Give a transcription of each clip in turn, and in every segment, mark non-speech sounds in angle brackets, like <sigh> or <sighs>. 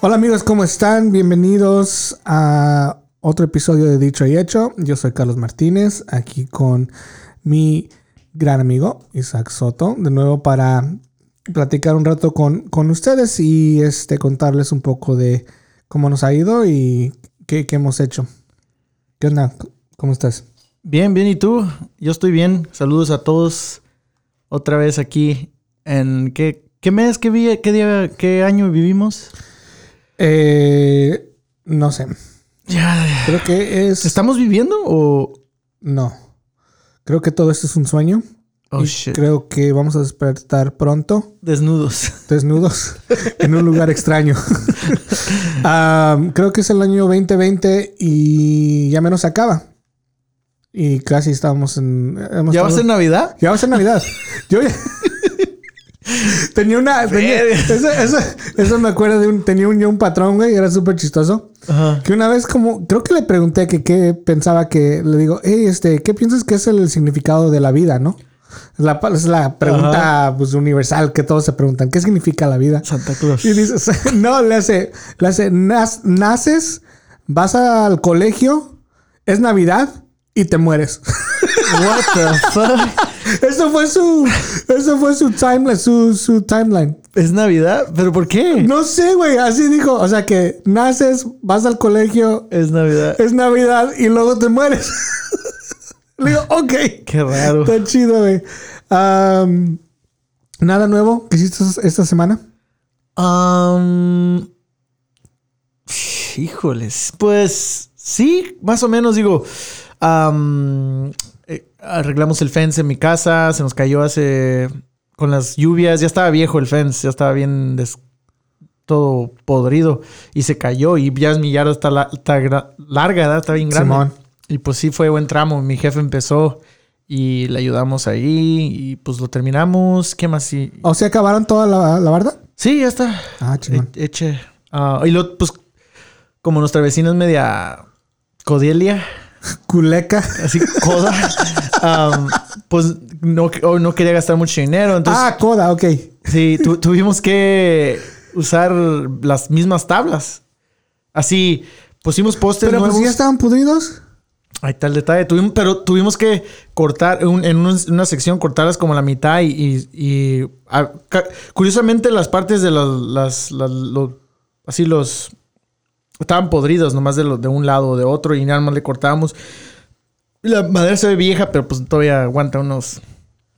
Hola amigos, ¿cómo están? Bienvenidos a otro episodio de Dicho y Hecho. Yo soy Carlos Martínez, aquí con mi gran amigo Isaac Soto, de nuevo para platicar un rato con, con ustedes y este, contarles un poco de cómo nos ha ido y qué, qué hemos hecho. ¿Qué onda? ¿Cómo estás? Bien, bien, ¿y tú? Yo estoy bien. Saludos a todos. Otra vez aquí en qué, qué mes, qué día, qué día, qué año vivimos. Eh, no sé. Ya. Creo que es... ¿Estamos viviendo o No. Creo que todo esto es un sueño. oh, Y shit. Creo que vamos a despertar pronto. desnudos? desnudos <laughs> en un lugar extraño. <laughs> Am, creo que es el año 2020 y ya menos acaba. Y casi estamos en... hemos ¿Ya va a estado- ser Navidad? ya va a ser Navidad. Yo ya- <laughs> tenía una... tenía- eso, eso- eso me acuerdo de un... Tenía un, yo un patrón, güey, era súper chistoso. Ajá. Que una vez como... Creo que le pregunté que qué pensaba que... Le digo, hey, este, ¿qué piensas que es el significado de la vida, no? Es la, es la pregunta pues, universal que todos se preguntan. ¿Qué significa la vida? Santa Claus. Y dices, <laughs> no, le hace, le hace, "Nas- naces, vas al colegio, es Navidad y te mueres. <laughs> What the fuck? eso fue su, eso fue su timeline, su, su timeline. <laughs> ¿Es Navidad? ¿Pero por qué? No sé, güey, así dijo. O sea que naces, vas al colegio, Es Navidad. es Navidad y luego te mueres. <laughs> le digo, ok. Qué raro. Está chido, güey. Am, Nada nuevo que hiciste esta semana. Am, híjoles, pues sí, más o menos digo, am, eh, arreglamos el fence en mi casa, se nos cayó hace con las lluvias, ya estaba viejo el fence, ya estaba bien des- todo podrido y se cayó y ya es mi yarda está, la- está gra- larga, ¿verdad? está bien grande. Simón. Y pues sí fue buen tramo, mi jefe empezó y le ayudamos ahí y pues lo terminamos, ¿qué más? Sí, O sea, acabaron toda la, la barda. sí ya está. Ah, chingón. E- Eche. Ah, y lo, pues, como nuestra vecina es media codelia, Culeca. así coda, <laughs> am, pues no, o no quería gastar mucho dinero. Entonces, ah, coda, ok. sí, tu- tuvimos que usar las mismas tablas. Así, pusimos postes Pero nuevos. pues ya estaban pudridos. Ahí está el detalle. Tuvimos, pero tuvimos que cortar un- en un- una sección, cortarlas como la mitad y. y- y- a- ca- curiosamente, las partes de las. las- las- lo- así los. Estaban podridos nomás de, lo- de un lado o de otro y nada más le cortábamos. Y La madera se ve vieja, pero pues todavía aguanta unos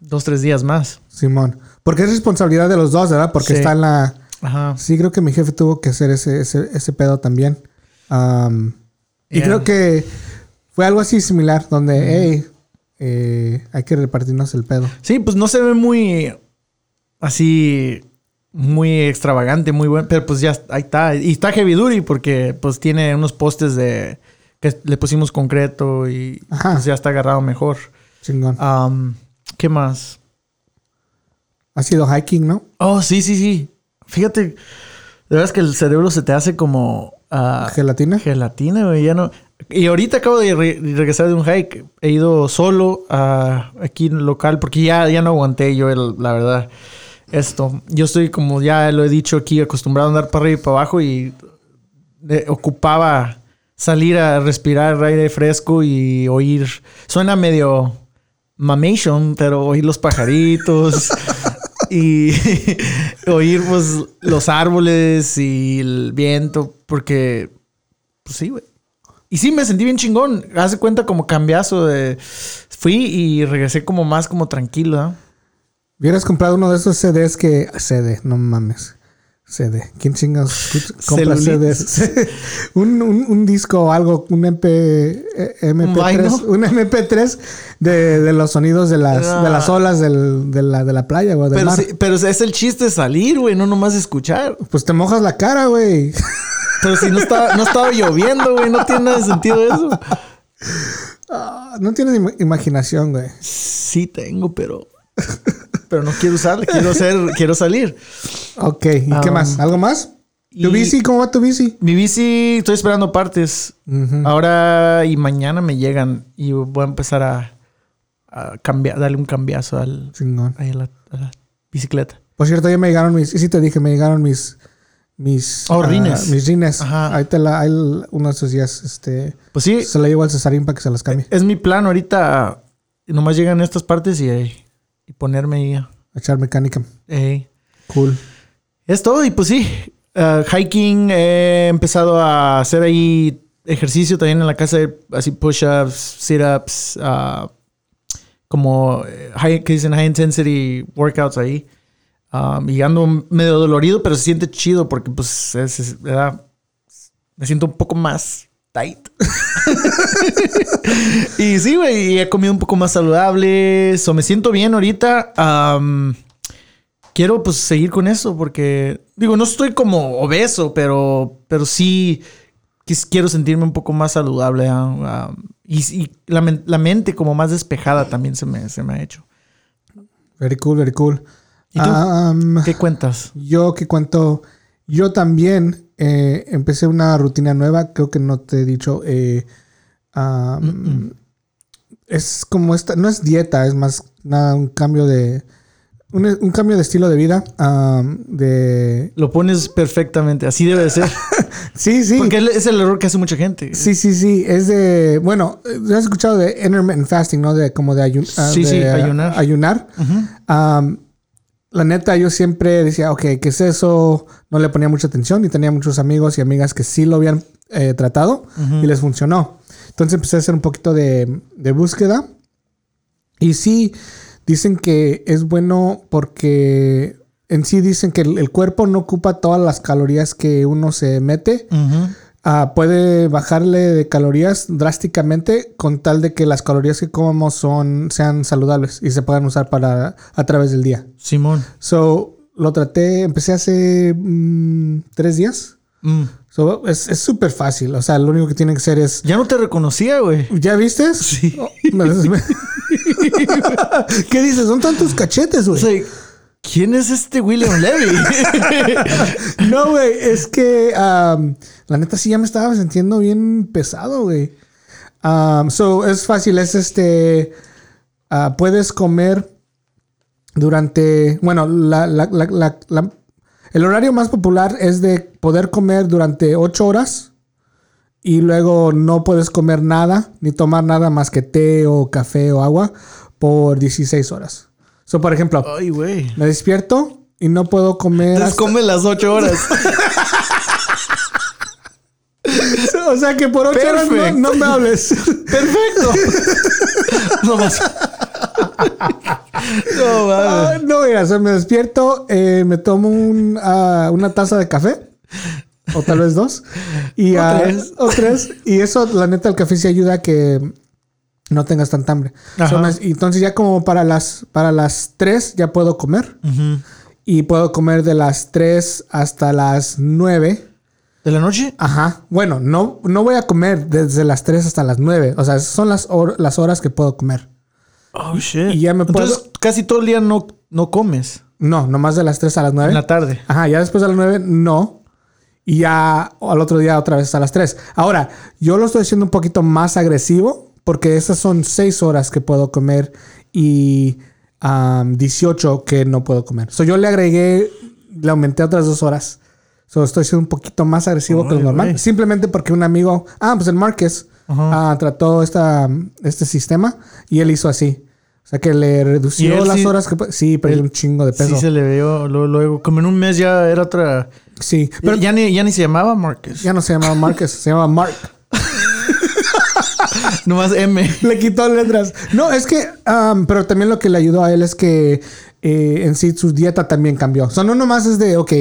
dos, tres días más. Simón. Porque es responsabilidad de los dos, ¿verdad? Porque Sí. está en la. Ajá. Sí, creo que mi jefe tuvo que hacer ese, ese, ese pedo también. Am, Y Yeah. creo que fue algo así similar, donde, hey, eh, hay que repartirnos el pedo. Sí, pues no se ve muy así muy extravagante, muy bueno, pero pues ya ahí está. Y está heavy duty porque pues tiene unos postes de que le pusimos concreto y Ajá. pues ya está agarrado mejor. Chingón. Am, ¿qué más? Ha sido hiking, ¿no? Oh, sí, sí, sí. Fíjate, de verdad es que el cerebro se te hace como ah, Gelatina. Gelatina, güey, ya no. Y ahorita acabo de re- regresar de un hike. He ido solo a aquí en el local porque ya, ya no aguanté yo, el- la verdad, esto. Yo estoy, como ya lo he dicho aquí, acostumbrado a andar para arriba y para abajo y eh, ocupaba salir a respirar aire fresco y oír. Suena medio mamation, pero oír los pajaritos y <laughs> oír pues, los árboles y el viento, porque pues sí, güey. Y sí, me sentí bien chingón. Hace cuenta como cambiazo de... Fui y regresé como más como tranquilo, ¿ah? ¿no? Hubieras comprado uno de esos CDs que. CD, no mames. CD. ¿Quién chingas <laughs> escucha- compra Celulitis. CDs? <laughs> un, un, un disco o algo, un MP, eh, MP3, un ¿Un MP3 de, de los sonidos de las, de las Ah. olas del- de, la, de la playa o del Pero, mar. sí- pero es el chiste de salir, güey, no nomás escuchar. Pues te mojas la cara, güey. <laughs> Pero si no estaba, no estaba lloviendo, güey, no tiene nada de sentido eso. Ah, no tienes im- imaginación, güey. Sí tengo, pero... Pero no quiero usarla, quiero, hacer, quiero salir. Ok, ¿y qué Um, más? ¿Algo más? ¿Tu y- bici? ¿Cómo va tu bici? Mi bici, estoy esperando partes. Ahora y mañana me llegan y voy a empezar a, a cambiar, darle un cambiazo al, Chingón. ahí a la, a la bicicleta. Por cierto, ya me llegaron mis. Sí, te dije, me llegaron mis. mis, Oh, ah, rines. mis rines. Ajá. Ahí te la, ahí l- uno de esos días, este, Pues sí, se la llevo al Cesarín para que se las cambie. es mi plan ahorita. Nomás llegan estas partes y, eh, y ponerme ahí. A echar mecánica. eh. Cool. Es todo, y pues sí. ah, hiking, he empezado a hacer ahí ejercicio también en la casa, así push-ups, sit-ups, ah, como eh, high, que dicen high intensity workouts ahí. Ah, y ando medio dolorido, pero se siente chido porque pues es- es- ¿verdad? me siento un poco más tight. <laughs> y sí, güey, y he comido un poco más saludable, o me siento bien ahorita. Am, quiero pues seguir con eso porque digo, no estoy como obeso, pero, pero sí quis- quiero sentirme un poco más saludable ah, ah, y, y la, men- la mente como más despejada también se me, se me ha hecho. Very cool, very cool. ¿Y tú? Ah, um, <laughs> ¿Qué cuentas? Yo que cuento, yo también eh, empecé una rutina nueva, creo que no te he dicho, eh, ah, es como esta, no es dieta, es más nada un cambio de, un, un cambio de estilo de vida, ah, de, Lo pones perfectamente, así debe de ser. sí, sí. Porque es el error que hace mucha gente. Sí, sí, sí, es de, bueno, eh, has escuchado de intermittent fasting, ¿no? De como de, ayun- ah, Sí, sí, de, ah, ayunar. ayunar. Am, la neta, yo siempre decía, ok, ¿qué es eso? No le ponía mucha atención y tenía muchos amigos y amigas que sí lo habían eh, tratado y les funcionó. Entonces empecé a hacer un poquito de, de búsqueda. Y sí, dicen que es bueno porque en sí dicen que el, el cuerpo no ocupa todas las calorías que uno se mete. Ujú. Ah, puede bajarle de calorías drásticamente con tal de que las calorías que comamos son, sean saludables y se puedan usar para a través del día. Simón. So, lo traté, empecé hace mm, tres días. Mm. So, es es súper fácil. O sea, lo único que tienen que hacer es. Ya no te reconocía, güey. ¿Ya viste? Sí. <laughs> ¿Qué dices? Son tantos cachetes, O güey. sea, ¿quién es este William <laughs> Levy? No, güey, es que am, la neta sí ya me estaba sintiendo bien pesado, güey. Am, so, es fácil, es este. ah, puedes comer durante. Bueno, la- la- la- la- la- el horario más popular es de poder comer durante 8 horas y luego no puedes comer nada ni tomar nada más que té o café o agua por 16 horas. So, por ejemplo, Ay, güey. me despierto y no puedo comer. Las hasta- come las ocho horas. <laughs> <laughs> O sea que por ocho horas no, Perfect. no me hables. <laughs> Perfecto. No más. No mames. <laughs> Ah, no, mira, o sea, me despierto, eh, me tomo un, ah, una taza de café. O tal vez dos. Y, <laughs> O ah, tres. o tres. Y eso, la neta, el café sí ayuda a que no tengas tanta hambre. Ajá. So, me- y entonces ya como para las, para las tres ya puedo comer. Y puedo comer de las tres hasta las nueve. ¿De la noche? Ajá. Bueno, no, no voy a comer desde las 3 hasta las 9. O sea, esas son las, hor- las horas que puedo comer. Oh, shit. Y ya me puedo- Entonces, casi todo el día no, no comes. No, nomás de las 3 a las 9. En la tarde. Ajá, ya después de las 9, no. Y ya o al otro día otra vez a las 3. Ahora, yo lo estoy haciendo un poquito más agresivo porque esas son 6 horas que puedo comer y am, 18 que no puedo comer. So, yo le agregué, le aumenté otras 2 horas. So, estoy siendo un poquito más agresivo que lo Ay, normal. güey. Simplemente porque un amigo, ah, pues el Márquez, ah, trató esta, este sistema y él hizo así. O sea que le redució él las sí- horas que... pu- Sí, perdió él- un chingo de peso. Sí, se le veo luego, luego. Como en un mes ya era otra. sí, Pero pero ya ni, ya ni se llamaba Marcus. Ya no se llamaba Márquez, se llamaba Mark. <laughs> Nomás M. Le quitó letras. No, es que, am, pero también lo que le ayudó a él es que eh, en sí su dieta también cambió. O sea, no nomás es de, ok,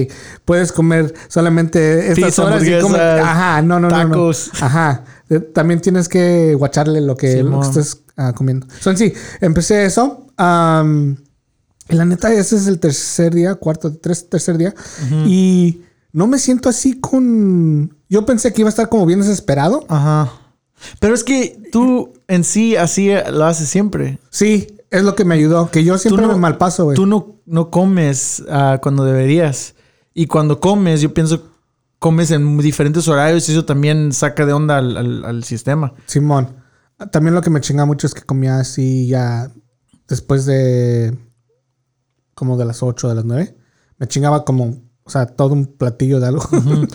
puedes comer solamente estas Pizza, horas y come. hamburguesas, Ajá, no, no, no, no. tacos. Ajá. Eh, También tienes que guacharle lo que, lo Simón. que estás ah, comiendo. So, en sí, empecé eso. am, y la neta, ese es el tercer día, cuarto, tres, tercer día. Y no me siento así con. Yo pensé que iba a estar como bien desesperado. Ajá. Pero es que tú en sí así lo haces siempre. Sí, es lo que me ayudó. Que yo siempre no- me malpaso, güey. Tú no, no comes ah, cuando deberías. Y cuando comes, yo pienso, comes en diferentes horarios y eso también saca de onda al, al- al sistema. Simón. También lo que me chinga mucho es que comía así ya después de como de las 8 de las 9. Me chingaba como o sea, todo un platillo de algo. <laughs>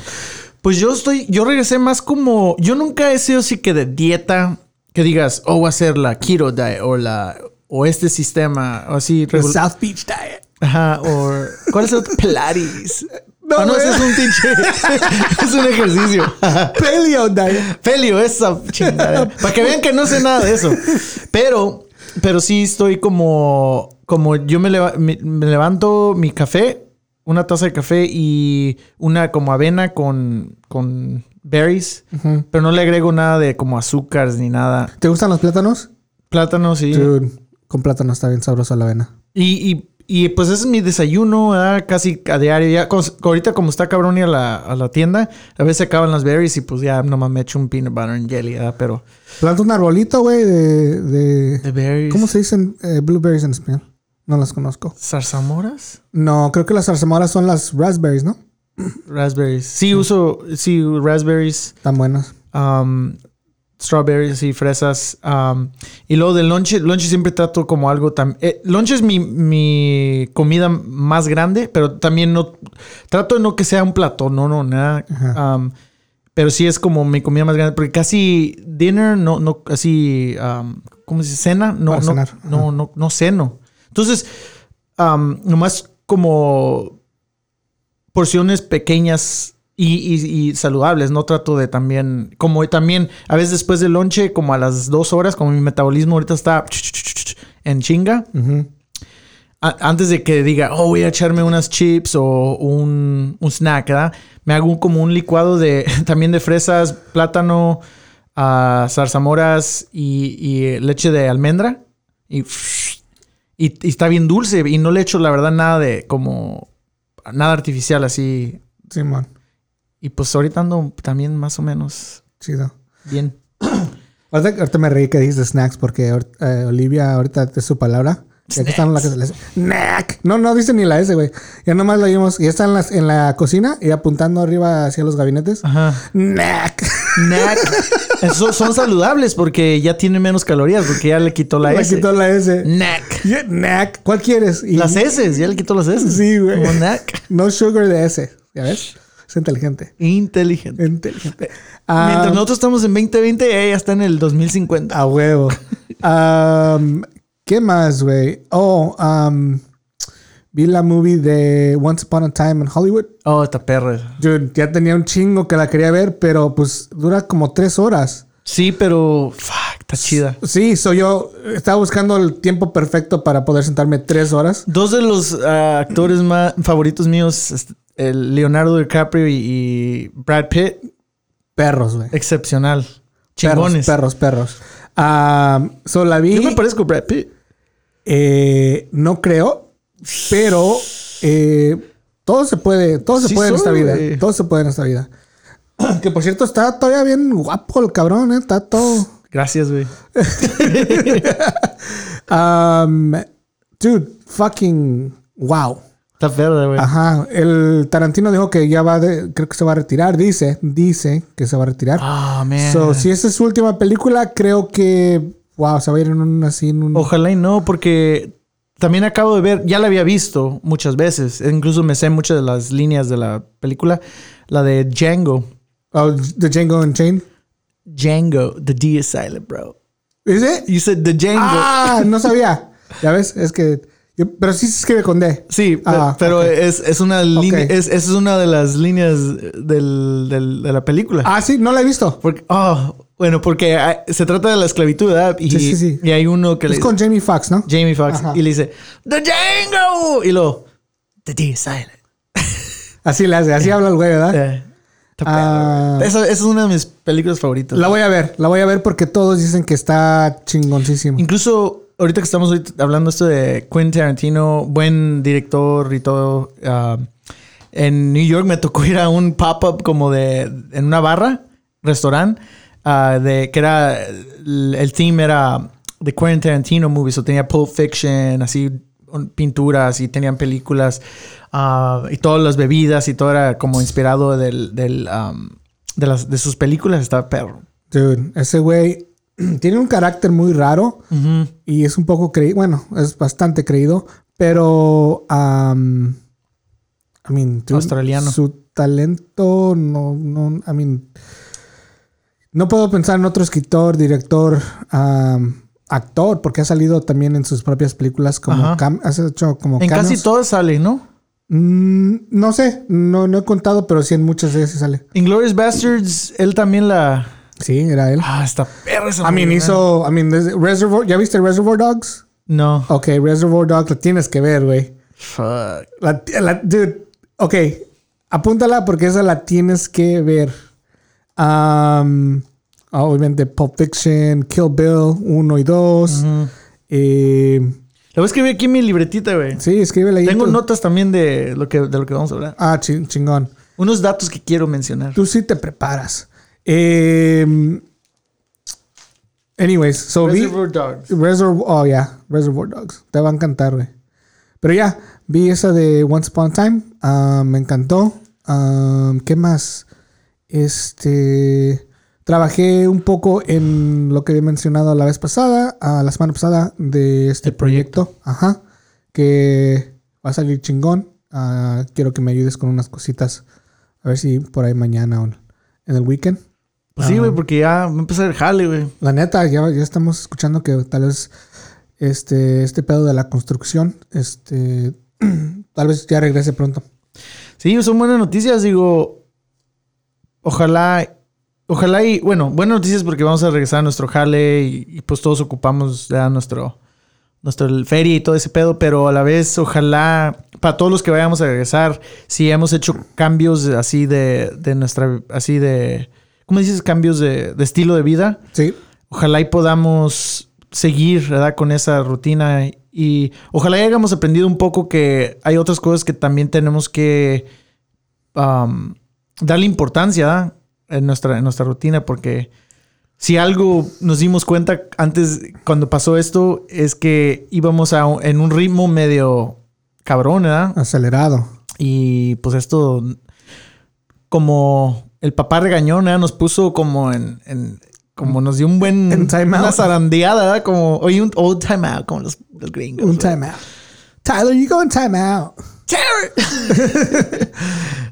Pues yo estoy, yo regresé más como, yo nunca he sido así que de dieta, que digas, oh, voy a hacer la keto diet o la, o este sistema, o así. The regu- South Beach Diet. Ajá, o, ¿cuál es el otro? Pilates. No, No, no, ese güey. es un pinche, <laughs> es un ejercicio. Paleo Diet. Pelio, esa chingada. Para que vean que no sé nada de eso. Pero, pero sí estoy como, como yo me, leva- me- me levanto mi café, una taza de café y una como avena con, con berries, pero no le agrego nada de como azúcares ni nada. ¿Te gustan los plátanos? Plátanos y, Dude, con plátano está bien sabroso la avena. y, y, y, pues ese es mi desayuno, ¿verdad? Casi a diario. Ya, cos- ahorita como está cabrón ir a la, a la tienda, a veces acaban las berries y pues ya nomás me echo un peanut butter and jelly, ¿verdad? Pero... Planta un arbolito, güey, de, de- The berries. ¿Cómo se dicen eh, blueberries en español? No las conozco. ¿Zarzamoras? No, creo que las zarzamoras son las raspberries, ¿no? Raspberries. Sí, uso, sí, raspberries, Tan buenas. um, strawberries y fresas. um, y luego del lonche, lonche siempre trato como algo también. lonche es mi, mi comida más grande, pero también no. Trato de no que sea un plato, no, no, nada. Um, pero sí es como mi comida más grande, porque casi dinner, no, no, así, um, ¿cómo se dice? Cena, no, Para no, cenar. no, no, no ceno. Entonces, um, nomás como porciones pequeñas y, y- y saludables. No trato de también, como también, a veces después del lonche, como a las dos horas, como mi metabolismo ahorita está en chinga, Ujú. a- antes de que diga, oh, voy a echarme unas chips o un, un snack, ¿verdad? Me hago un- como un licuado de <laughs> también de fresas, plátano, ah, zarzamoras y, y leche de almendra. Y, y- y está bien dulce. Y no le echo, la verdad, nada de como nada artificial así. Simón, Y pues ahorita ando también más o menos chido. bien. Ahorita, ahorita me reí que dijiste snacks porque ahor- eh, Olivia ahorita es su palabra. Y aquí están las que se les- Snack. No, no dice ni la S, güey. Ya nomás la vimos. Ya están las, en la cocina y apuntando arriba hacia los gabinetes. Ajá. Snack. Snack. Eso- <laughs> son saludables porque ya tienen menos calorías porque ya le quitó <laughs> la Le S. quitó la S. Snack. Yeah, Snack. ¿Cuál quieres? Y- Las S, ya le quitó las S. Sí, güey. Como snack. No sugar de S. ¿Ya ves? Es inteligente. Inteligente. Inteligente. Ah, <laughs> Mientras nosotros estamos en 2020, ella está en el 2050. A <laughs> huevo. Am, ¿Qué más, güey? Oh, am, vi la movie de Once Upon a Time in Hollywood. Oh, esta perra. Dude, ya tenía un chingo que la quería ver, pero pues dura como tres horas. Sí, pero. Fuck, está chida. Sí, soy yo. Estaba buscando el tiempo perfecto para poder sentarme tres horas. Dos de los ah, actores más favoritos míos, este, el Leonardo DiCaprio y, y Brad Pitt, Perros, güey. excepcional. Perros, Chingones. perros, perros. Am, so la vi. Yo me parezco a Brad Pitt. Eh, no creo, pero eh, todo se puede, todo se Sí puede en esta soy, vida. güey. Todo se puede en esta vida. <clears throat> Que por cierto está todavía bien guapo el cabrón, eh, está todo. Gracias, güey. Um, dude, fucking wow. Está perra, güey. Ajá, el Tarantino dijo que ya va, de- creo que se va a retirar, dice, dice que se va a retirar. Ah, man. So, si esa es su última película, creo que, wow, se va a ir en un así, en un... Ojalá y no, porque también acabo de ver, ya la había visto muchas veces, e incluso me sé muchas de las líneas de la película, la de Django. Oh, The Django Unchained. Django, the D is silent, bro. ¿Is it? You said the Django. Ah, no sabía. Ya ves, es que. yo- pero sí se escribe con D. Sí, pe- Ah, pero es, es una línea, Ok. es, es una de las líneas del- del- de la película. Ah, sí, no la he visto. Porque, oh, bueno, porque ah, se trata de la esclavitud, ¿verdad? Y, Sí, sí, sí. y hay uno que le Es con Jamie Foxx, ¿no? Jamie Foxx Ajá. y le dice, The Django. Y luego, The D is silent. Así la hace, así habla el güey, <laughs> ¿verdad? Eh, está Ah. perro. Esa, esa es una de mis películas favoritas. La voy a ver, la voy a ver porque todos dicen que está chingoncísimo. Incluso ahorita que estamos ahorita hablando esto de Quentin Tarantino, buen director y todo. ah, en New York me tocó ir a un pop-up como de en una barra, restaurante, ah, de que era el, el theme era de Quentin Tarantino movies, o tenía Pulp Fiction, así un- pinturas y tenían películas ah, y todas las bebidas y todo era como inspirado del, del, ah, de, las, de sus películas, estaba perro. Dude, ese güey <clears throat> tiene un carácter muy raro y es un poco creído. Bueno, es bastante creído, pero. am, I mean, dude, Australiano. Su talento, no, no, I mean, no puedo pensar en otro escritor, director, um, actor, porque ha salido también en sus propias películas como Ajá. cam- has hecho como En casi cameos. todas sale, ¿no? Mm, no sé, no, no he contado, pero sí en muchas veces sale. Inglourious Bastards, él también la. Sí, era él. Ah, está perra esa I mean, película. hizo, I mean, desde Reservoir, ¿ya viste Reservoir Dogs? No. Ok, Reservoir Dogs, la tienes que ver, güey. Fuck. La, la- dude, ok, apúntala porque esa la tienes que ver. Am, obviamente, Pulp Fiction, Kill Bill 1 y 2. Eh, La voy a escribir aquí en mi libretita, güey. sí, escríbela ahí. Tengo tú. notas también de lo, que, de lo que vamos a hablar. Ah, chi- chingón. Unos datos que quiero mencionar. Tú sí te preparas. Eh, anyways, so vi- Reservoir Dogs. Reservoir, oh yeah, Reservoir Dogs. Te va a encantar, güey. Pero ya, vi esa de Once Upon a Time. ah, me encantó. Ah, ¿Qué más? Este. Trabajé un poco en lo que había mencionado la vez pasada, ah, la semana pasada, de este El proyecto. proyecto. Ajá. Que va a salir chingón. Ah, quiero que me ayudes con unas cositas. A ver si por ahí mañana o en el weekend. Ah. Pues sí, güey, porque ya va a empezar el jale, güey. La neta, ya, ya estamos escuchando que tal vez este, este pedo de la construcción, este, <clears throat> tal vez ya regrese pronto. Sí, son buenas noticias, digo. Ojalá. Ojalá y. Bueno, buenas noticias porque vamos a regresar a nuestro jale y, y, pues todos ocupamos ya nuestro. Nuestro feria y todo ese pedo, pero a la vez, ojalá, para todos los que vayamos a regresar, si hemos hecho cambios así de, de nuestra, así de, ¿cómo dices? Cambios de, de estilo de vida. Sí, Ojalá y podamos seguir ¿verdad? con esa rutina y ojalá y hayamos aprendido un poco que hay otras cosas que también tenemos que um, darle importancia ¿verdad? en nuestra, en nuestra rutina porque si algo nos dimos cuenta antes cuando pasó esto es que íbamos a, un- en un ritmo medio cabrón, ¿verdad? acelerado. Y pues esto, como el papá regañón, ¿eh? nos puso como en, en- como nos dio un buen, En time una out. zarandeada, ¿verdad? como, oye, un old time out, como los, los gringos. Un ¿verdad? time out. Tyler, you go en time out. <laughs>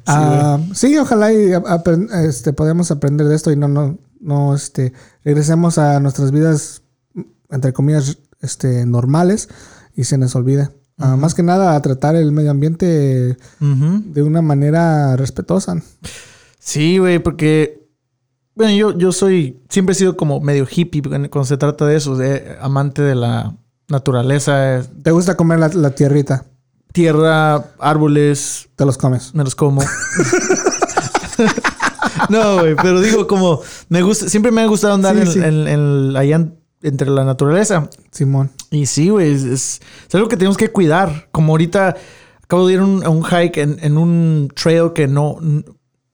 Ah, sí, ojalá y ap- apren- este, podamos aprender de esto y no, no, no, este, regresemos a nuestras vidas, entre comillas, este, normales y se nos olvida. Ah, Más que nada a tratar el medio ambiente Ujú. de una manera respetuosa. Sí, güey, porque, bueno, yo, yo soy, siempre he sido como medio hippie cuando cuando se trata de eso, de amante de la naturaleza, eh, ¿Te gusta comer la, la tierrita? tierra, árboles, Te los comes. me los como. <laughs> no, güey, pero digo como me gusta, siempre me ha gustado andar Sí, en, sí. en- en- allá en- entre la naturaleza. Simón. Y sí, güey, es, es- es algo que tenemos que cuidar. Como ahorita acabo de ir a un, a un hike en, en un trail que no,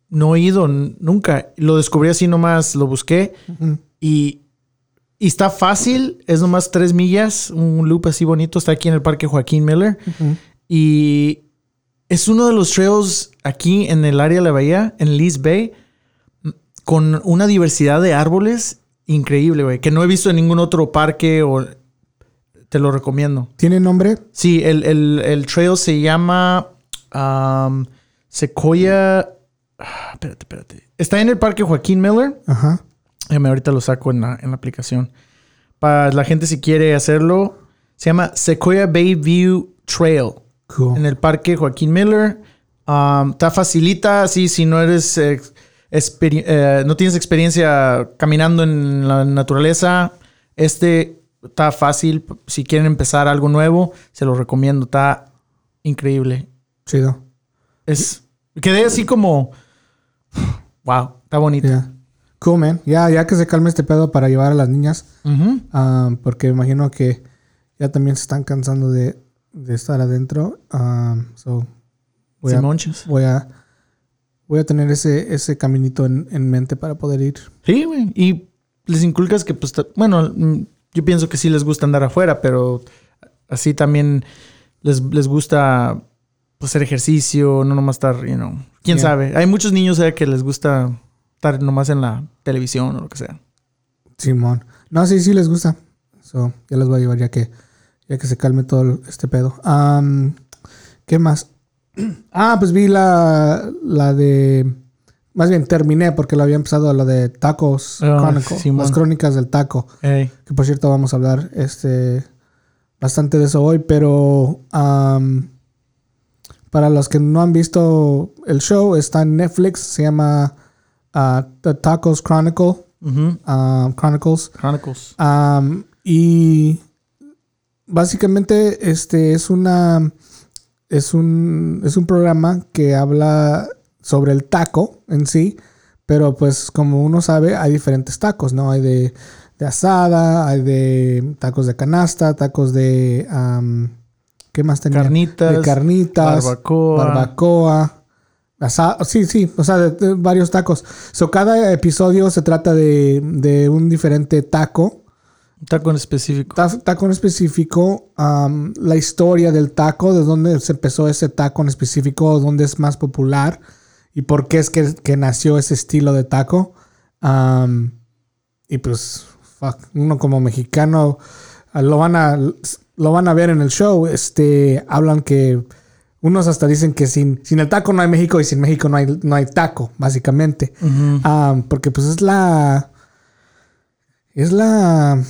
no he ido n- nunca. Lo descubrí así nomás, lo busqué y, y está fácil. Es nomás tres millas, un loop así bonito. Está aquí en el parque Joaquín Miller. Y es uno de los trails aquí en el área de la bahía, en Lees Bay, m- con una diversidad de árboles increíble, güey, que no he visto en ningún otro parque o te lo recomiendo. ¿Tiene nombre? Sí, el, el- el trail se llama um, Sequoia. Ah, espérate, espérate. Está en el parque Joaquín Miller. Ajá. Déjame, ahorita lo saco en la, en la aplicación. Para la gente si quiere hacerlo, se llama Sequoia Bayview Trail en Cool. el parque Joaquín Miller. Um, está facilita, así si no eres eh, experi- eh, no tienes experiencia caminando en la naturaleza, este está fácil. Si quieren empezar algo nuevo, se lo recomiendo. Está increíble. Chido. Es quedé así como <sighs> wow, está bonito. Ya. Cool, man. Ya, ya que se calme este pedo para llevar a las niñas. Ujú. ah, porque imagino que ya también se están cansando de, de estar adentro. Ah, so, voy, Sin a, monches. voy a voy a tener ese, ese caminito en, en mente para poder ir. Sí, güey. Y les inculcas que, pues, ta- bueno, mm, yo pienso que sí les gusta andar afuera, pero así también les, les gusta pues, hacer ejercicio, no nomás estar, you know. Quién Yeah. sabe. Hay muchos niños eh, que les gusta estar nomás en la televisión o lo que sea. Simón. No, sí, sí les gusta. So, ya los voy a llevar ya que, ya que se calme todo el- este pedo. Am, ¿Qué más? <clears throat> Ah, pues vi la, la de. Más bien terminé porque lo había empezado la de Tacos Ah, Chronicle, Simón. las crónicas del taco. Ey. Que por cierto vamos a hablar este bastante de eso hoy, pero am, para los que no han visto el show, está en Netflix, se llama ah, The Tacos Chronicle, Ujú. ah, Chronicles. Chronicles. Ah, Am, y básicamente este es una es un es un programa que habla sobre el taco en sí, pero pues como uno sabe hay diferentes tacos, ¿no? Hay de, de asada, hay de tacos de canasta, tacos de am, ¿qué más tenía? Carnitas, de carnitas, barbacoa. barbacoa, asa- sí, sí, o sea, de, de varios tacos. So, cada episodio se trata de, de un diferente taco Un taco en específico. ta- taco en específico, am, la historia del taco, de dónde se empezó ese taco en específico, dónde es más popular y por qué es que, que nació ese estilo de taco. Am, y pues, fuck, uno como mexicano ah, lo van a lo van a ver en el show. Este hablan que unos hasta dicen que sin, sin el taco no hay México y sin México no hay, no hay taco, básicamente. Ujú. Ah, porque pues es la... Es la...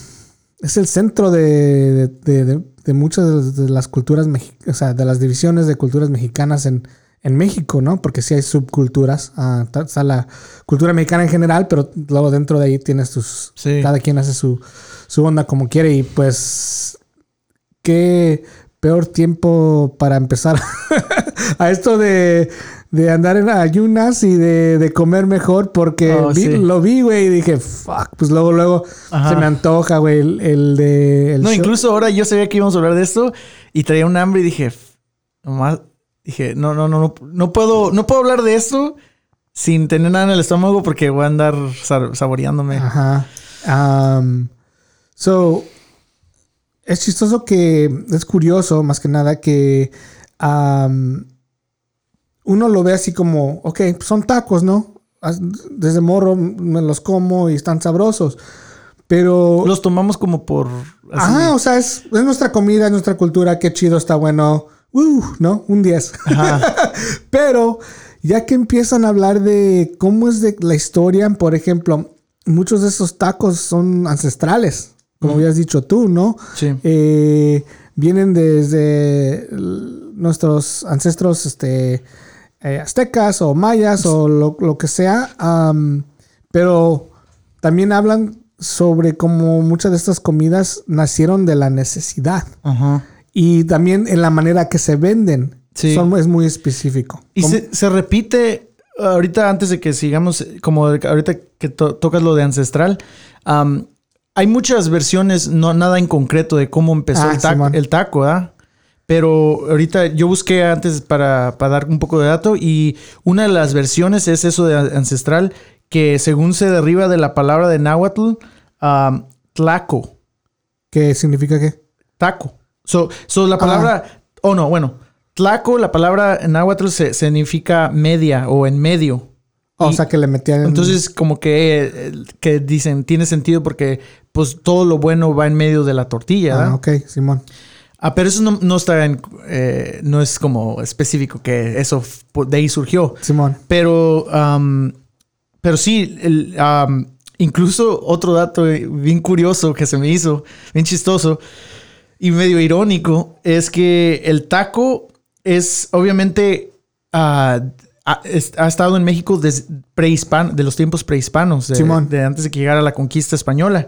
Es el centro de, de- de- de muchas de las culturas, mexi- o sea, de las divisiones de culturas mexicanas en, en México, ¿no? Porque sí hay subculturas. ah, ta- está la cultura mexicana en general, pero luego dentro de ahí tienes tus... Sí. Cada quien hace su, su onda como quiere y pues... Qué peor tiempo para empezar <laughs> a esto de, de andar en ayunas y de, de comer mejor porque Oh, vi- sí. lo vi, güey, y dije, fuck, pues luego, luego Ajá. se me antoja, güey, el, el de... el No, show. incluso ahora yo sabía que íbamos a hablar de esto y traía un hambre y dije, "F- nomás, dije, no, no, no, no, no puedo, no puedo hablar de esto sin tener nada en el estómago porque voy a andar sa- saboreándome. Ajá. Am, so, es chistoso que, es curioso más que nada que am, uno lo ve así como, ok, pues son tacos, ¿no? As- Desde morro me los como y están sabrosos. Pero Los tomamos como por así. Ajá, o sea, es, es nuestra comida, es nuestra cultura, qué chido, está bueno. Uh, ¿No? Un 10. Pero ya que empiezan a hablar de cómo es de la historia, por ejemplo, muchos de esos tacos son ancestrales, como habías dicho tú, ¿no? <laughs> Sí. Eh, vienen desde l- nuestros ancestros este, eh, aztecas o mayas o lo, lo que sea. am, pero también hablan sobre cómo muchas de estas comidas nacieron de la necesidad. Ajá. Y también en la manera que se venden. Sí. Son- es muy específico. Y Como- se, se repite ahorita antes de que sigamos, como de- ahorita que to- tocas lo de ancestral, am, hay muchas versiones, no nada en concreto de cómo empezó Ah, el, tac- Simón. el taco, ¿ah? Pero ahorita yo busqué antes para, para dar un poco de dato y una de las versiones es eso de an- ancestral que según se deriva de la palabra de náhuatl, am, tlaco ¿Qué significa qué? taco. So, so la palabra, oh no, bueno, tlaco, la palabra en náhuatl se, significa media o en medio. Oh, O Y- sea, que le metían... Entonces, como que, eh, que dicen, tiene sentido porque pues todo lo bueno va en medio de la tortilla. ¿verdad? Ah, ok, Simón. Ah, pero eso no, no está en, eh, no es como específico que eso f- por- de ahí surgió. Simón. Pero, am, pero sí, el, am, incluso otro dato eh, bien curioso que se me hizo, bien chistoso y medio irónico, es que el taco es obviamente ah, ha, es- ha estado en México desde prehispan- de los tiempos prehispanos, de, Simón. de antes de que llegara la conquista española.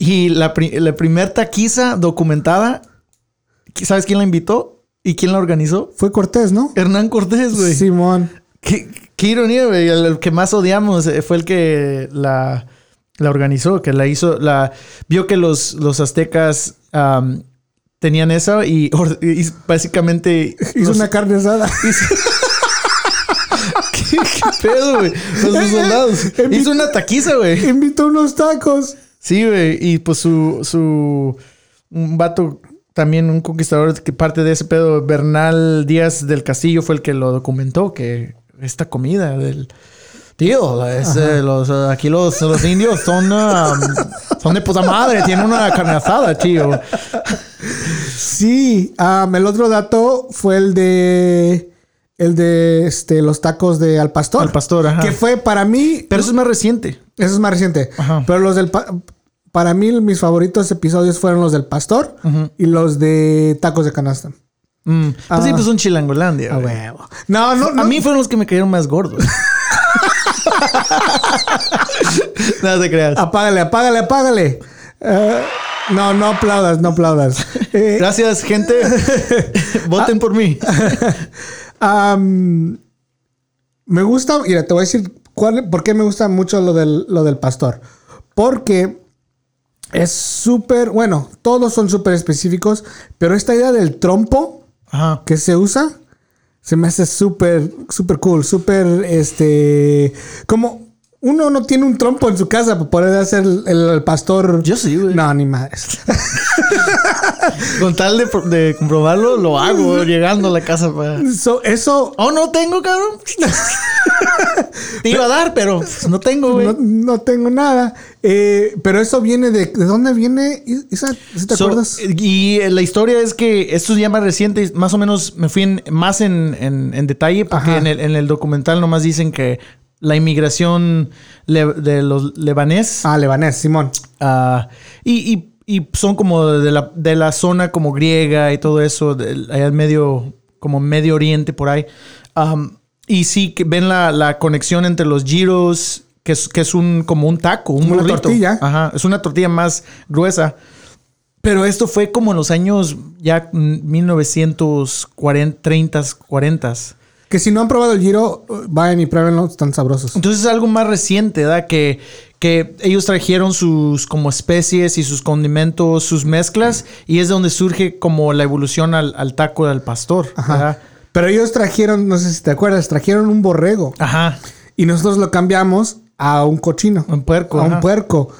Y la, pri- la primer taquiza documentada, ¿sabes quién la invitó? ¿Y quién la organizó? Fue Cortés, ¿no? Hernán Cortés, güey. Simón. Qué, qué ironía, güey. El, el que más odiamos eh, fue el que la, la organizó, que la hizo, la vio que los, los aztecas am, tenían eso y, or- y básicamente Hizo los- una carne asada. <laughs> ¿Qué, qué pedo, güey? Los <laughs> sus soldados. Hizo una taquiza, güey. Invitó unos tacos. Sí, güey. Y pues su, su un vato también un conquistador que parte de ese pedo, Bernal Díaz del Castillo fue el que lo documentó que esta comida del Tío, es, eh, los, eh, aquí los, los indios son, um, son de puta madre, tienen una carne asada, tío. ah, Sí, am, el otro dato fue el de El de este, los tacos de Al Pastor. Al Pastor, ajá. Que fue para mí. Pero eso es más reciente. Eso es más reciente. Ajá. Pero los del. pa- Para mí, mis favoritos episodios fueron los del Pastor y los de Tacos de Canasta. Mm. Pues sí, Ah. pues son Chilangolandia. güey. huevo. No, no, no. A mí fueron los que me cayeron <laughs> más gordos. <laughs> no te creas. Apágale, apágale, apágale. Eh, no, no aplaudas, no aplaudas. Eh, Gracias, gente. <laughs> Ah, Voten por mí. Am, me gusta, mira, te voy a decir cuál, por qué me gusta mucho lo del, lo del pastor. Porque es súper, bueno, todos son súper específicos, pero esta idea del trompo Ajá. que se usa, se me hace súper, súper cool, súper, este, como uno no tiene un trompo en su casa para poder hacer el, el pastor. Yo sí, güey. No, ni madres. <laughs> Con tal de, pro- de comprobarlo, lo hago <laughs> güey, llegando a la casa. Para... So, eso Oh, no tengo, cabrón. <laughs> Te iba a dar, pero no tengo, güey. No, no tengo nada. Eh, pero eso viene de. ¿De dónde viene? Isa, ¿Sí ¿te So, acuerdas? Y eh, la historia es que esto es ya más reciente, más o menos me fui en- más en, en- en detalle, porque Ajá. en el, en el documental nomás dicen que la inmigración le- de los lebanés Ah, Lebanés, Simón. ah, y, y- y son como de la, de la zona como griega y todo eso, del- allá en medio, como medio oriente por ahí. Am, y sí, que ven la, la conexión entre los giros, que es, que es un, como un taco, un Como una burrito. tortilla. Ajá, es una tortilla más gruesa. Pero esto fue como en los años ya mm, 1940, 30, 40. Que si no han probado el giro, vayan y pruébenlo, están sabrosos. Entonces es algo más reciente, ¿verdad? Que, que ellos trajeron sus como especies y sus condimentos, sus mezclas, y es donde surge como la evolución al, al taco del pastor. Ajá. ¿verdad? Pero ellos trajeron, no sé si te acuerdas, trajeron un borrego Ajá. y nosotros lo cambiamos a un cochino, Un puerco. a un ajá. puerco.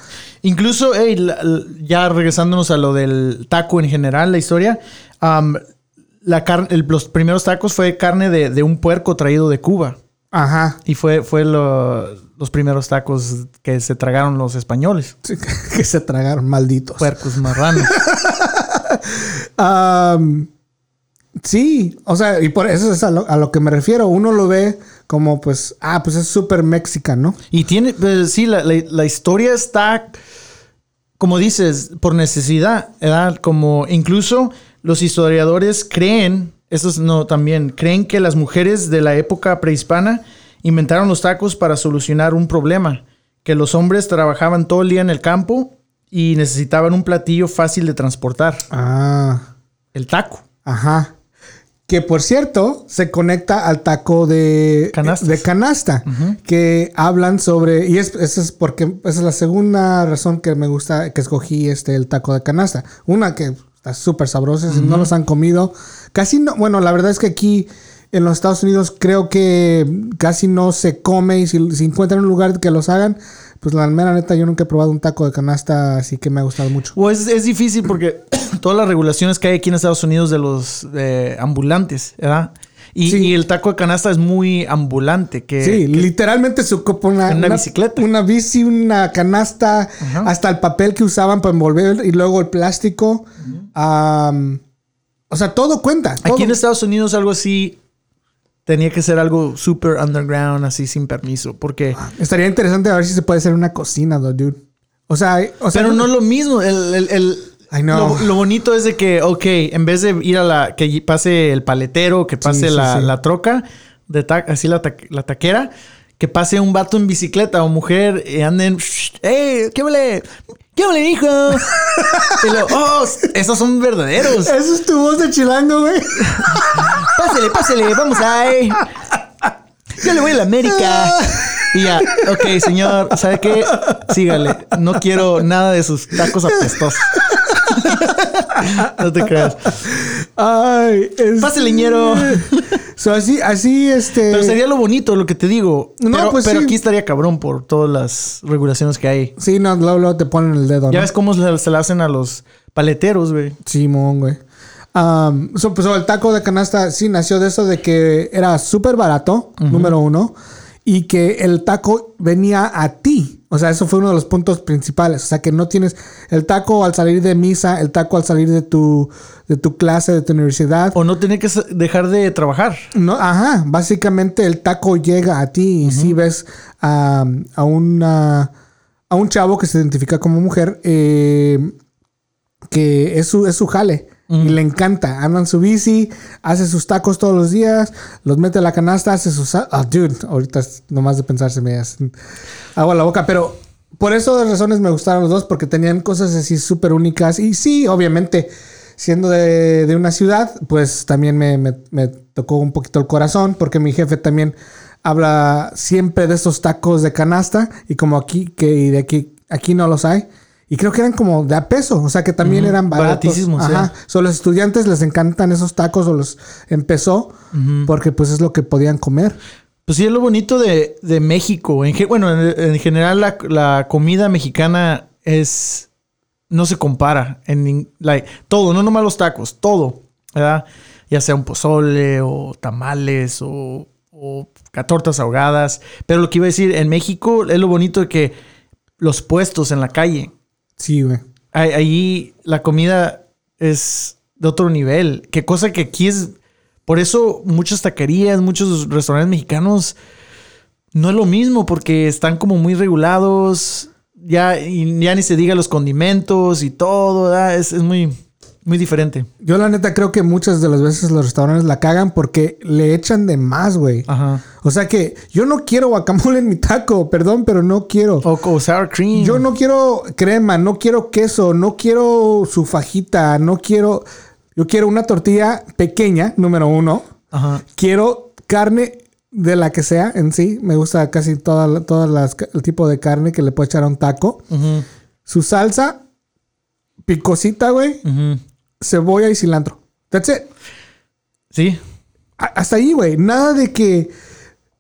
Incluso, ey, la- la- ya regresándonos a lo del taco en general, la historia, am, la car- el- los primeros tacos fue carne de, de un puerco traído de Cuba. Ajá. Y fue, fue lo- los primeros tacos que se tragaron los españoles. Sí, <laughs> Que se tragaron, malditos. Puercos marranos. Am, sí, o sea, y por eso es a lo, a lo que me refiero. Uno lo ve como, pues, ah, pues es súper mexicano. Y tiene, pues, sí, la, la- la historia está, como dices, por necesidad, ¿verdad? Como incluso los historiadores creen, estos no también, creen que las mujeres de la época prehispana inventaron los tacos para solucionar un problema, que los hombres trabajaban todo el día en el campo y necesitaban un platillo fácil de transportar, Ah. el taco. Ajá. Que por cierto, se conecta al taco de, Canastas. de canasta. Que hablan sobre. Y es, esa es porque esa es la segunda razón que me gusta que escogí este el taco de canasta. Una que está súper sabrosa, si no los han comido. Casi no. Bueno, la verdad es que aquí en los Estados Unidos creo que casi no se come. Y si, si encuentran un lugar que los hagan, pues la mera neta, yo nunca he probado un taco de canasta, así que me ha gustado mucho. O es, es difícil porque <coughs> todas las regulaciones que hay aquí en Estados Unidos de los eh, ambulantes, ¿verdad? Y, Sí. y el taco de canasta es muy ambulante. Que, Sí, literalmente su copa una, Una bicicleta. Una bici, una canasta, hasta el papel que usaban para envolver y luego el plástico. Am, o sea, todo cuenta. todo. Aquí en Estados Unidos algo así tenía que ser algo super underground, así sin permiso. Ah, Porque... Estaría interesante a ver si se puede hacer una cocina, though, dude. O sea, o sea Pero no lo mismo. El, el- el- I know. Lo, lo bonito es de que, ok, en vez de ir a la. que pase el paletero, que pase sí, la, sí. la troca, de ta- así la, ta- la taquera, que pase un vato en bicicleta o mujer y anden. ¡Ey! ¿Qué huele? ¿Qué huele, <laughs> hijo? y luego, ¡oh! Esos son <laughs> verdaderos. Eso es tu voz de chilango, <laughs> güey. Pásele, pásele, vamos ahí. Yo le voy a la América. Y ya, ok, señor, ¿sabe qué? Sígale, no quiero nada de sus tacos apestosos. No te creas. Ay, es... Pásale, ñero. <laughs> So, así, así, este... Pero sería lo bonito, lo que te digo. No, pero, pues pero sí. aquí estaría cabrón por todas las regulaciones que hay. Sí, no, luego, luego te ponen el dedo, Ya ¿no? ves cómo se, se la hacen a los paleteros, güey. Simón, güey. Am, so, pues, so, el taco de canasta sí nació de eso de que era súper barato, número uno, y que el taco venía a ti. O sea, eso fue uno de los puntos principales. O sea, que no tienes el taco al salir de misa, el taco al salir de tu, de tu clase, de tu universidad. O no tener que sa- dejar de trabajar. No, ajá, básicamente el taco llega a ti y si ves a, a una- a un chavo que se identifica como mujer, eh, que es su, es su jale. Y le encanta. Anda en su bici, hace sus tacos todos los días, los mete a la canasta, hace sus... sa- Ah, dude, ahorita es- nomás de pensar se me hace agua la boca, pero por eso de razones me gustaron los dos, porque tenían cosas así súper únicas. Y sí, obviamente, siendo de, de una ciudad, pues también me, me- me tocó un poquito el corazón, porque mi jefe también habla siempre de esos tacos de canasta, y como aquí, que y de aquí, aquí no los hay. Y creo que eran como de a peso, o sea que también Ujú, eran baratos. baratísimos, sí. Ajá. So, los estudiantes les encantan esos tacos o los empezó porque pues es lo que podían comer. Pues sí, es lo bonito de, de México. En, ge- bueno, en, en general la, la comida mexicana es... No se compara en nin- like, todo, no nomás los tacos, todo. ¿verdad? Ya sea un pozole o tamales o, o ca- tortas ahogadas. Pero lo que iba a decir, en México es lo bonito de que los puestos en la calle, Sí, güey. Ahí- Ahí la comida es de otro nivel. Que cosa que aquí es. Por eso muchas taquerías, muchos restaurantes mexicanos no es lo mismo porque están como muy regulados. Ya, y ya ni se diga los condimentos y todo. ¿verdad? Es, es muy, muy diferente. Yo la neta creo que muchas de las veces los restaurantes la cagan porque le echan de más, güey. Ajá. O sea que yo no quiero guacamole en mi taco, perdón, pero no quiero. O, o sour cream. Yo no quiero crema, no quiero queso, no quiero su fajita, no quiero... Yo quiero una tortilla pequeña, número uno. Ajá. Quiero carne de la que sea en sí. Me gusta casi todas todas las, el tipo de carne que le puedo echar a un taco. Ujú, Su salsa, picosita, güey, ujú. cebolla y cilantro. That's it. Sí. A- Hasta ahí, güey. Nada de que.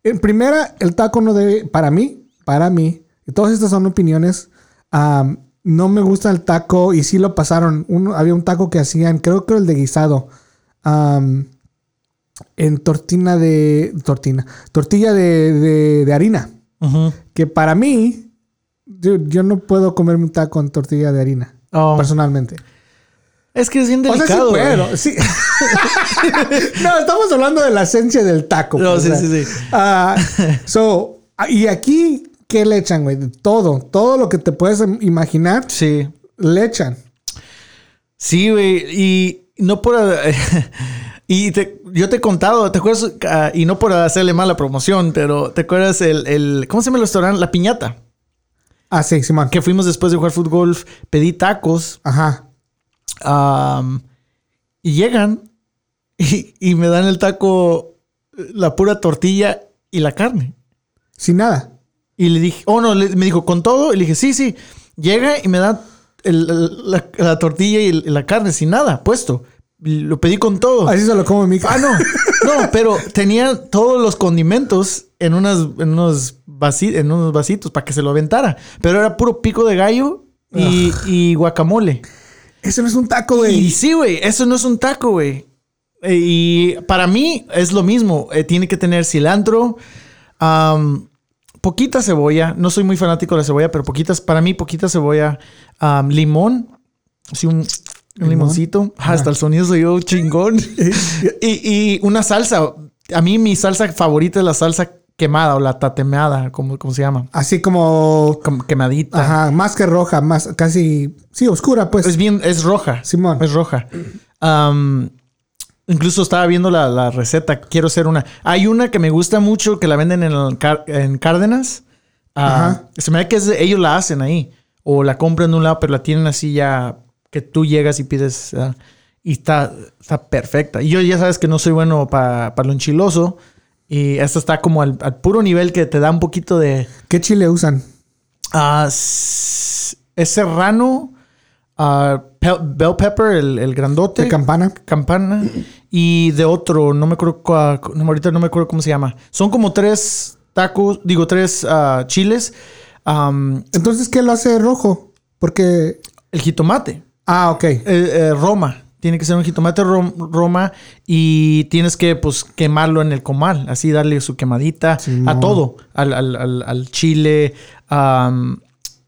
En primera, el taco no debe. Para mí, para mí. y Todas estas son opiniones. am, no me gusta el taco y sí lo pasaron. Uno, había un taco que hacían, creo que el de guisado. am, en tortina de. Tortina. Tortilla de, de- de harina. Ujú. Que para mí. dude, yo no puedo comerme un taco en tortilla de harina. Oh. Personalmente. Es que es bien Um, O sea, sí delicado. ¿eh? güey. puedo, sí. <laughs> no, estamos hablando de la esencia del taco. No, pues, sí, o sea, sí, sí. ah, so, ah, y aquí, ¿qué le echan, güey? De Todo, todo lo que te puedes im- imaginar, Sí. le echan. Sí, güey, y no por... <laughs> y te- yo te he contado, ¿te acuerdas? Ah, y no por hacerle mala promoción, pero ¿te acuerdas el... el ¿Cómo se llama el restaurante? La Piñata. Ah, sí, Simón. Que fuimos después de jugar fútbol, pedí tacos Ajá. am, y llegan <laughs> y, y me dan el taco, la pura tortilla y la carne. Sin nada. Y le dije, oh no, le- me dijo, ¿con todo? Y le dije, sí, sí. Llega y me da el- el- la, la tortilla y el- la carne sin nada, puesto. Lo pedí con todo. Así se lo como mi. Ah, no. No, pero tenía todos los condimentos en, unas, en, unos, vasi- en unos vasitos para que se lo aventara. Pero era puro pico de gallo y, y guacamole. Ese no es un taco, Y güey. sí, güey, eso no es un taco, güey. Eh, Y para mí es lo mismo. Eh, tiene que tener cilantro, am, poquita cebolla. No soy muy fanático de la cebolla, pero poquitas, para mí, poquita cebolla, am, limón, así un, un limoncito. Ah, Hasta el sonido soy yo chingón. y, y una salsa. A mí, mi salsa favorita es la salsa quemada o la tatemeada, como, como se llama. Así como. Com- Quemadita. Ajá, más que roja, más casi. Sí, oscura, pues. Es bien, es roja. Simón. Es roja. Am, incluso estaba viendo la, la receta. Quiero hacer una. Hay una que me gusta mucho que la venden en, el Car- en Cárdenas. Ah, Ajá. Se me da que es de- ellos la hacen ahí. O la compran de un lado, pero la tienen así ya que tú llegas y pides. ah, y está, está perfecta. Y yo ya sabes que no soy bueno para lo enchiloso. Y esta está como al, al puro nivel que te da un poquito de. ¿Qué chile usan? Ah, s- es serrano, ah, pe- bell pepper, el, el grandote, ¿De campana? campana, <clears throat> y de otro, no me acuerdo, cua- no, ahorita no me acuerdo cómo se llama. Son como tres tacos, digo, tres ah, chiles, am, Entonces, ¿qué lo hace rojo? Porque. el jitomate, Ah, ok. eh, eh, Roma. Tiene que ser un jitomate rom- Roma y tienes que pues quemarlo en el comal, así darle su quemadita Simón. a todo, al, al- al- al chile, am,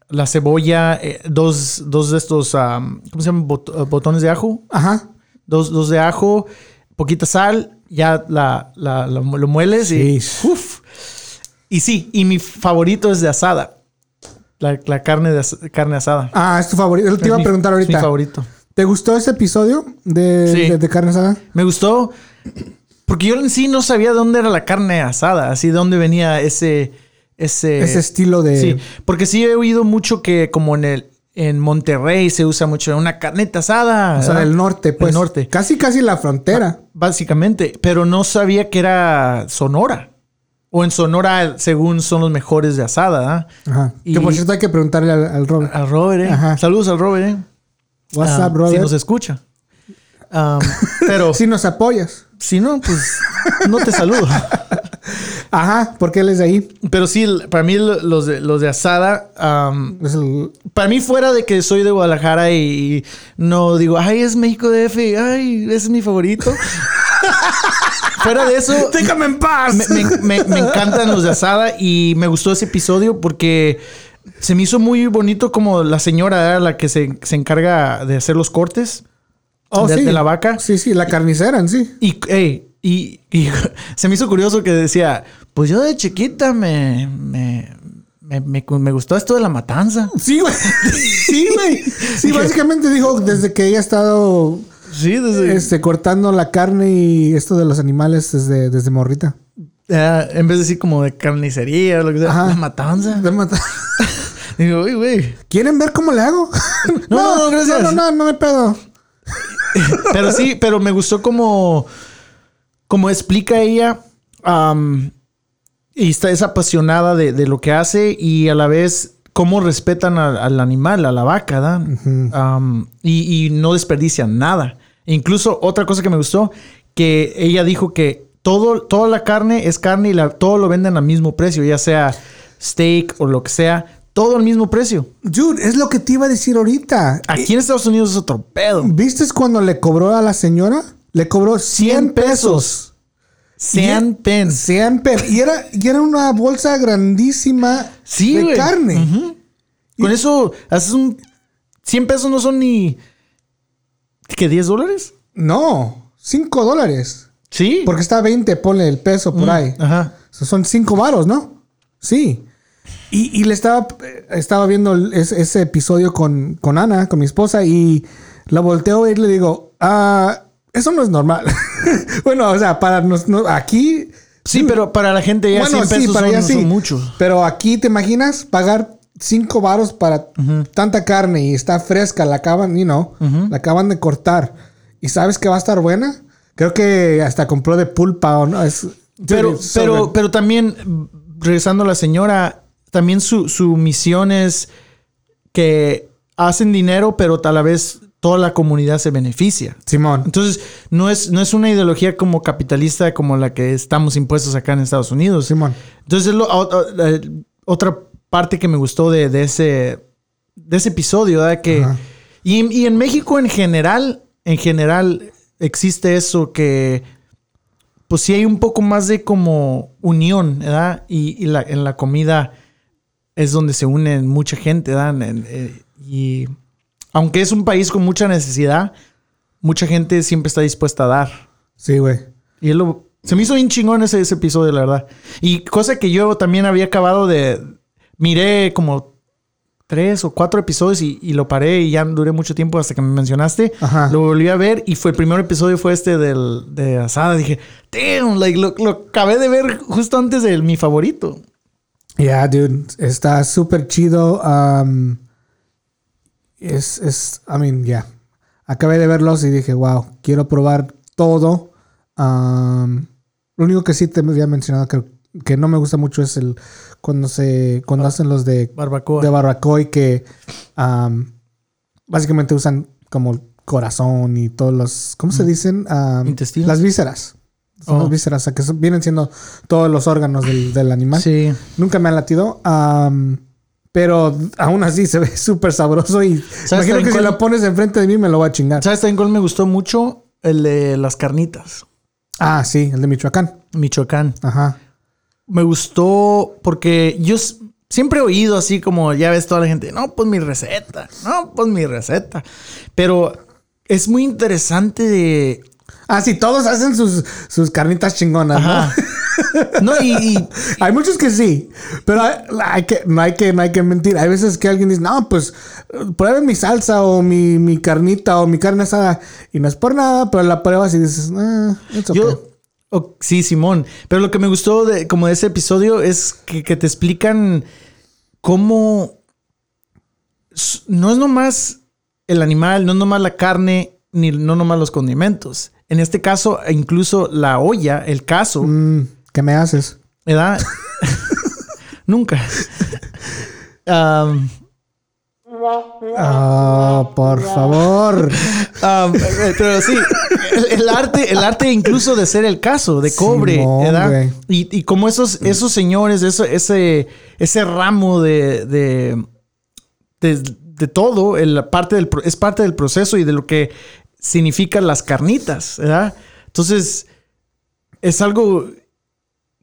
la cebolla, eh, dos, dos de estos, am, ¿cómo se llaman? Bot- eh, botones de ajo. Ajá. Dos, dos de ajo, poquita sal, ya la, la- la- lo mueles Sí. y... Uf. Y sí, y mi favorito es de asada. La, la carne, de as- carne asada. Ah, es tu favorito. Te iba a mi- preguntar es mi ahorita. favorito. ¿Te gustó ese episodio de, Sí. de, de carne asada? Me gustó porque yo en sí no sabía dónde era la carne asada, así dónde venía ese ese ese estilo de. Eh, Sí, porque sí he oído mucho que como en el en Monterrey se usa mucho una carneta asada, O sea, ¿verdad? del norte, pues. Del norte. Casi, casi la frontera. básicamente, pero no sabía que era Sonora. O en Sonora, según son los mejores de asada, ¿ah? ¿verdad? Ajá. Y- Que por cierto hay que preguntarle al, al Robert. A Robert, ¿eh? Ajá. Saludos al Robert, ¿eh? What's Ah, up, Robert? Si nos escucha. Ah, <laughs> pero Si nos apoyas. si no, pues no <laughs> te saludo. Ajá, porque él es de ahí. Pero sí, l- para mí lo- los de, los de asada, am, Es el- para mí fuera de que soy de Guadalajara y no digo, ay, es México DF, ay, ese es mi favorito. <laughs> fuera de eso, ¡Déjame en paz! me, me- me- me encantan los de asada y me gustó ese episodio porque se me hizo muy bonito como la señora era la que se, se encarga de hacer los cortes Oh, de, sí. de la vaca. Sí, sí, la carnicera en sí. Y, ey, y, y <laughs> se me hizo curioso que decía, pues yo de chiquita me, me, me, me- me gustó esto de la matanza. Sí, güey. <laughs> Sí, güey. Sí, básicamente dijo desde que ella ha estado Sí, desde- este, cortando la carne y esto de los animales desde, desde morrita. Ah, en vez de decir como de carnicería o lo que sea, Ajá. la matanza. De mata- Digo, uy, güey. ¿Quieren ver cómo le hago? <laughs> No, no, no, gracias. No, no, no, no me pedo. Pero sí, pero me gustó como, como explica ella. am, y está, es apasionada de, de lo que hace y a la vez cómo respetan a- al animal, a la vaca, Dan. Am, y, y no desperdician nada. Incluso otra cosa que me gustó, que ella dijo que todo, toda la carne es carne y la- todo lo venden al mismo precio, ya sea steak o lo que sea, todo al mismo precio. Jude, es lo que te iba a decir ahorita. Aquí en Estados Unidos es otro pedo. ¿Viste cuando le cobró a la señora? Le cobró 100 100 pesos. pesos. Sean pens. 100 pesos. Y era, y era una bolsa grandísima Sí, de güey. carne. Ujú. Con eso haces un 100 pesos no son ni que 10 dólares. No, 5 dólares. Sí. Porque está a 20, ponle el peso por ahí. Ajá. So, Son 5 varos, ¿no? Sí. Y, y le estaba, eh, estaba viendo el- ese, ese episodio con, con Ana, con mi esposa, y la volteo y le digo, ah, eso no es normal. <laughs> bueno, o sea, para nos, no- aquí... Sí, pero para la gente ya 100 pesos son, allá son muchos. Pero aquí, ¿te imaginas pagar cinco varos para tanta carne y está fresca? La acaban, you know, la acaban de cortar. ¿Y sabes que va a estar buena? Creo que hasta compró de pulpa o no. Es, Pero, Dude, it's so pero, good. pero también, mm, regresando a la señora, también su, su misión es que hacen dinero, pero a la vez toda la comunidad se beneficia. Simón. Entonces, no es, no es una ideología como capitalista como la que estamos impuestos acá en Estados Unidos. Simón. Entonces, es lo- o- o- eh, otra parte que me gustó de, de ese, de ese episodio, ¿verdad? Que, Ajá. y, y en México en general, en general existe eso que, pues sí hay un poco más de como unión, ¿verdad? Y, y la, en la comida es donde se une mucha gente, ¿verdad? En- en- eh, y aunque es un país con mucha necesidad, mucha gente siempre está dispuesta a dar. Sí, güey. Y él lo- se me hizo bien chingón ese, ese episodio, la verdad. Y cosa que yo también había acabado de... Miré como tres o cuatro episodios y, y lo paré y ya duré mucho tiempo hasta que me mencionaste. Ajá. Lo volví a ver y fue el primer episodio fue este del, de Asada. Dije, damn, like, lo, lo acabé de ver justo antes de mi favorito. Yeah, dude. Está súper chido. um, es, es, I mean, yeah. Acabé de verlos y dije, wow, quiero probar todo. Um, lo único que sí te había mencionado que, que no me gusta mucho es el cuando se cuando hacen los de, Barbacoa. de barbacoa y que um, básicamente usan como el corazón y todos los, ¿cómo se dicen? Um, Mm. Intestinos. Las vísceras. Son Oh. las vísceras, o sea, que son- vienen siendo todos los órganos del, del animal. sí. Nunca me ha latido. am, pero aún así se ve <laughs> súper sabroso y imagino también que si cuál- lo pones enfrente de mí me lo va a chingar. ¿Sabes también cuál me gustó mucho? El de las carnitas. Ah, sí, el de Michoacán. Michoacán. Ajá. Me gustó porque yo s- Siempre he oído así como, ya ves toda la gente, no, pues mi receta, no, pues mi receta. Pero es muy interesante de... Ah, sí, todos hacen sus, sus carnitas chingonas, ¿no? Ajá. <laughs> No, y, y- Hay muchos que sí, pero hay, hay que, no, hay que, no hay que mentir. Hay veces que alguien dice, no, pues prueben mi salsa o mi, mi carnita o mi carne asada. Y no es por nada, pero la pruebas y dices, ah, it's okay. yo... o- sí, Simón. Pero lo que me gustó de, como de ese episodio es que, que te explican cómo... s- No es nomás el animal, no es nomás la carne, ni no nomás los condimentos. En este caso, incluso la olla, el caso, Mm, ¿Qué me haces? ¿Verdad? Nunca. Am, Ah, por favor. am, eh, pero sí, el, el arte, el arte incluso de ser el caso, de cobre, Simón, ¿verdad? güey. Y, y como esos, esos señores, eso, ese, ese ramo de, de, de- de todo, el- la parte del, pro- es parte del proceso y de lo que significan las carnitas, ¿verdad? Entonces, es algo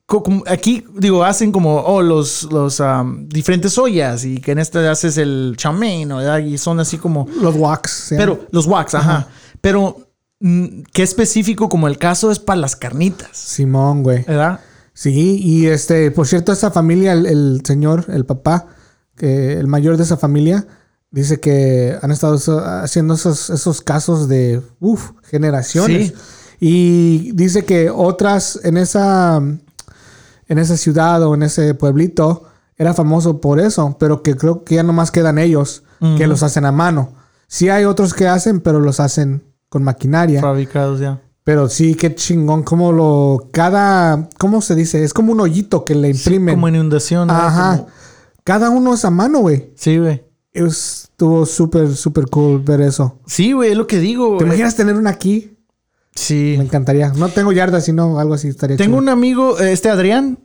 co- como aquí digo hacen como oh los los am, diferentes ollas y que en esta haces el chamén ¿no? ¿verdad? y son así como Los wax. ¿sí? pero los wax ajá, pero mm, qué específico como el caso es para las carnitas Simón, güey. ¿verdad? Sí, y este, por cierto, esa familia, el, el señor, el papá, que el mayor de esa familia, dice que han estado eso- haciendo esos, esos casos de uf, generaciones. Sí. Y dice que otras en esa, en esa ciudad o en ese pueblito era famoso por eso, pero que creo que ya nomás quedan ellos que los hacen a mano. Sí hay otros que hacen, pero los hacen con maquinaria. fabricados ya Pero sí, qué chingón, como lo, cada, ¿cómo se dice? Es como un hoyito que le imprimen. como inundación ¿verdad? Ajá. Como- Cada uno es a mano, güey. sí güey Estuvo súper, súper cool ver eso. sí güey es lo que digo ¿Te eh, imaginas tener una aquí? sí Me encantaría. No tengo yardas, sino algo así estaría tengo chido. un amigo eh, este Adrián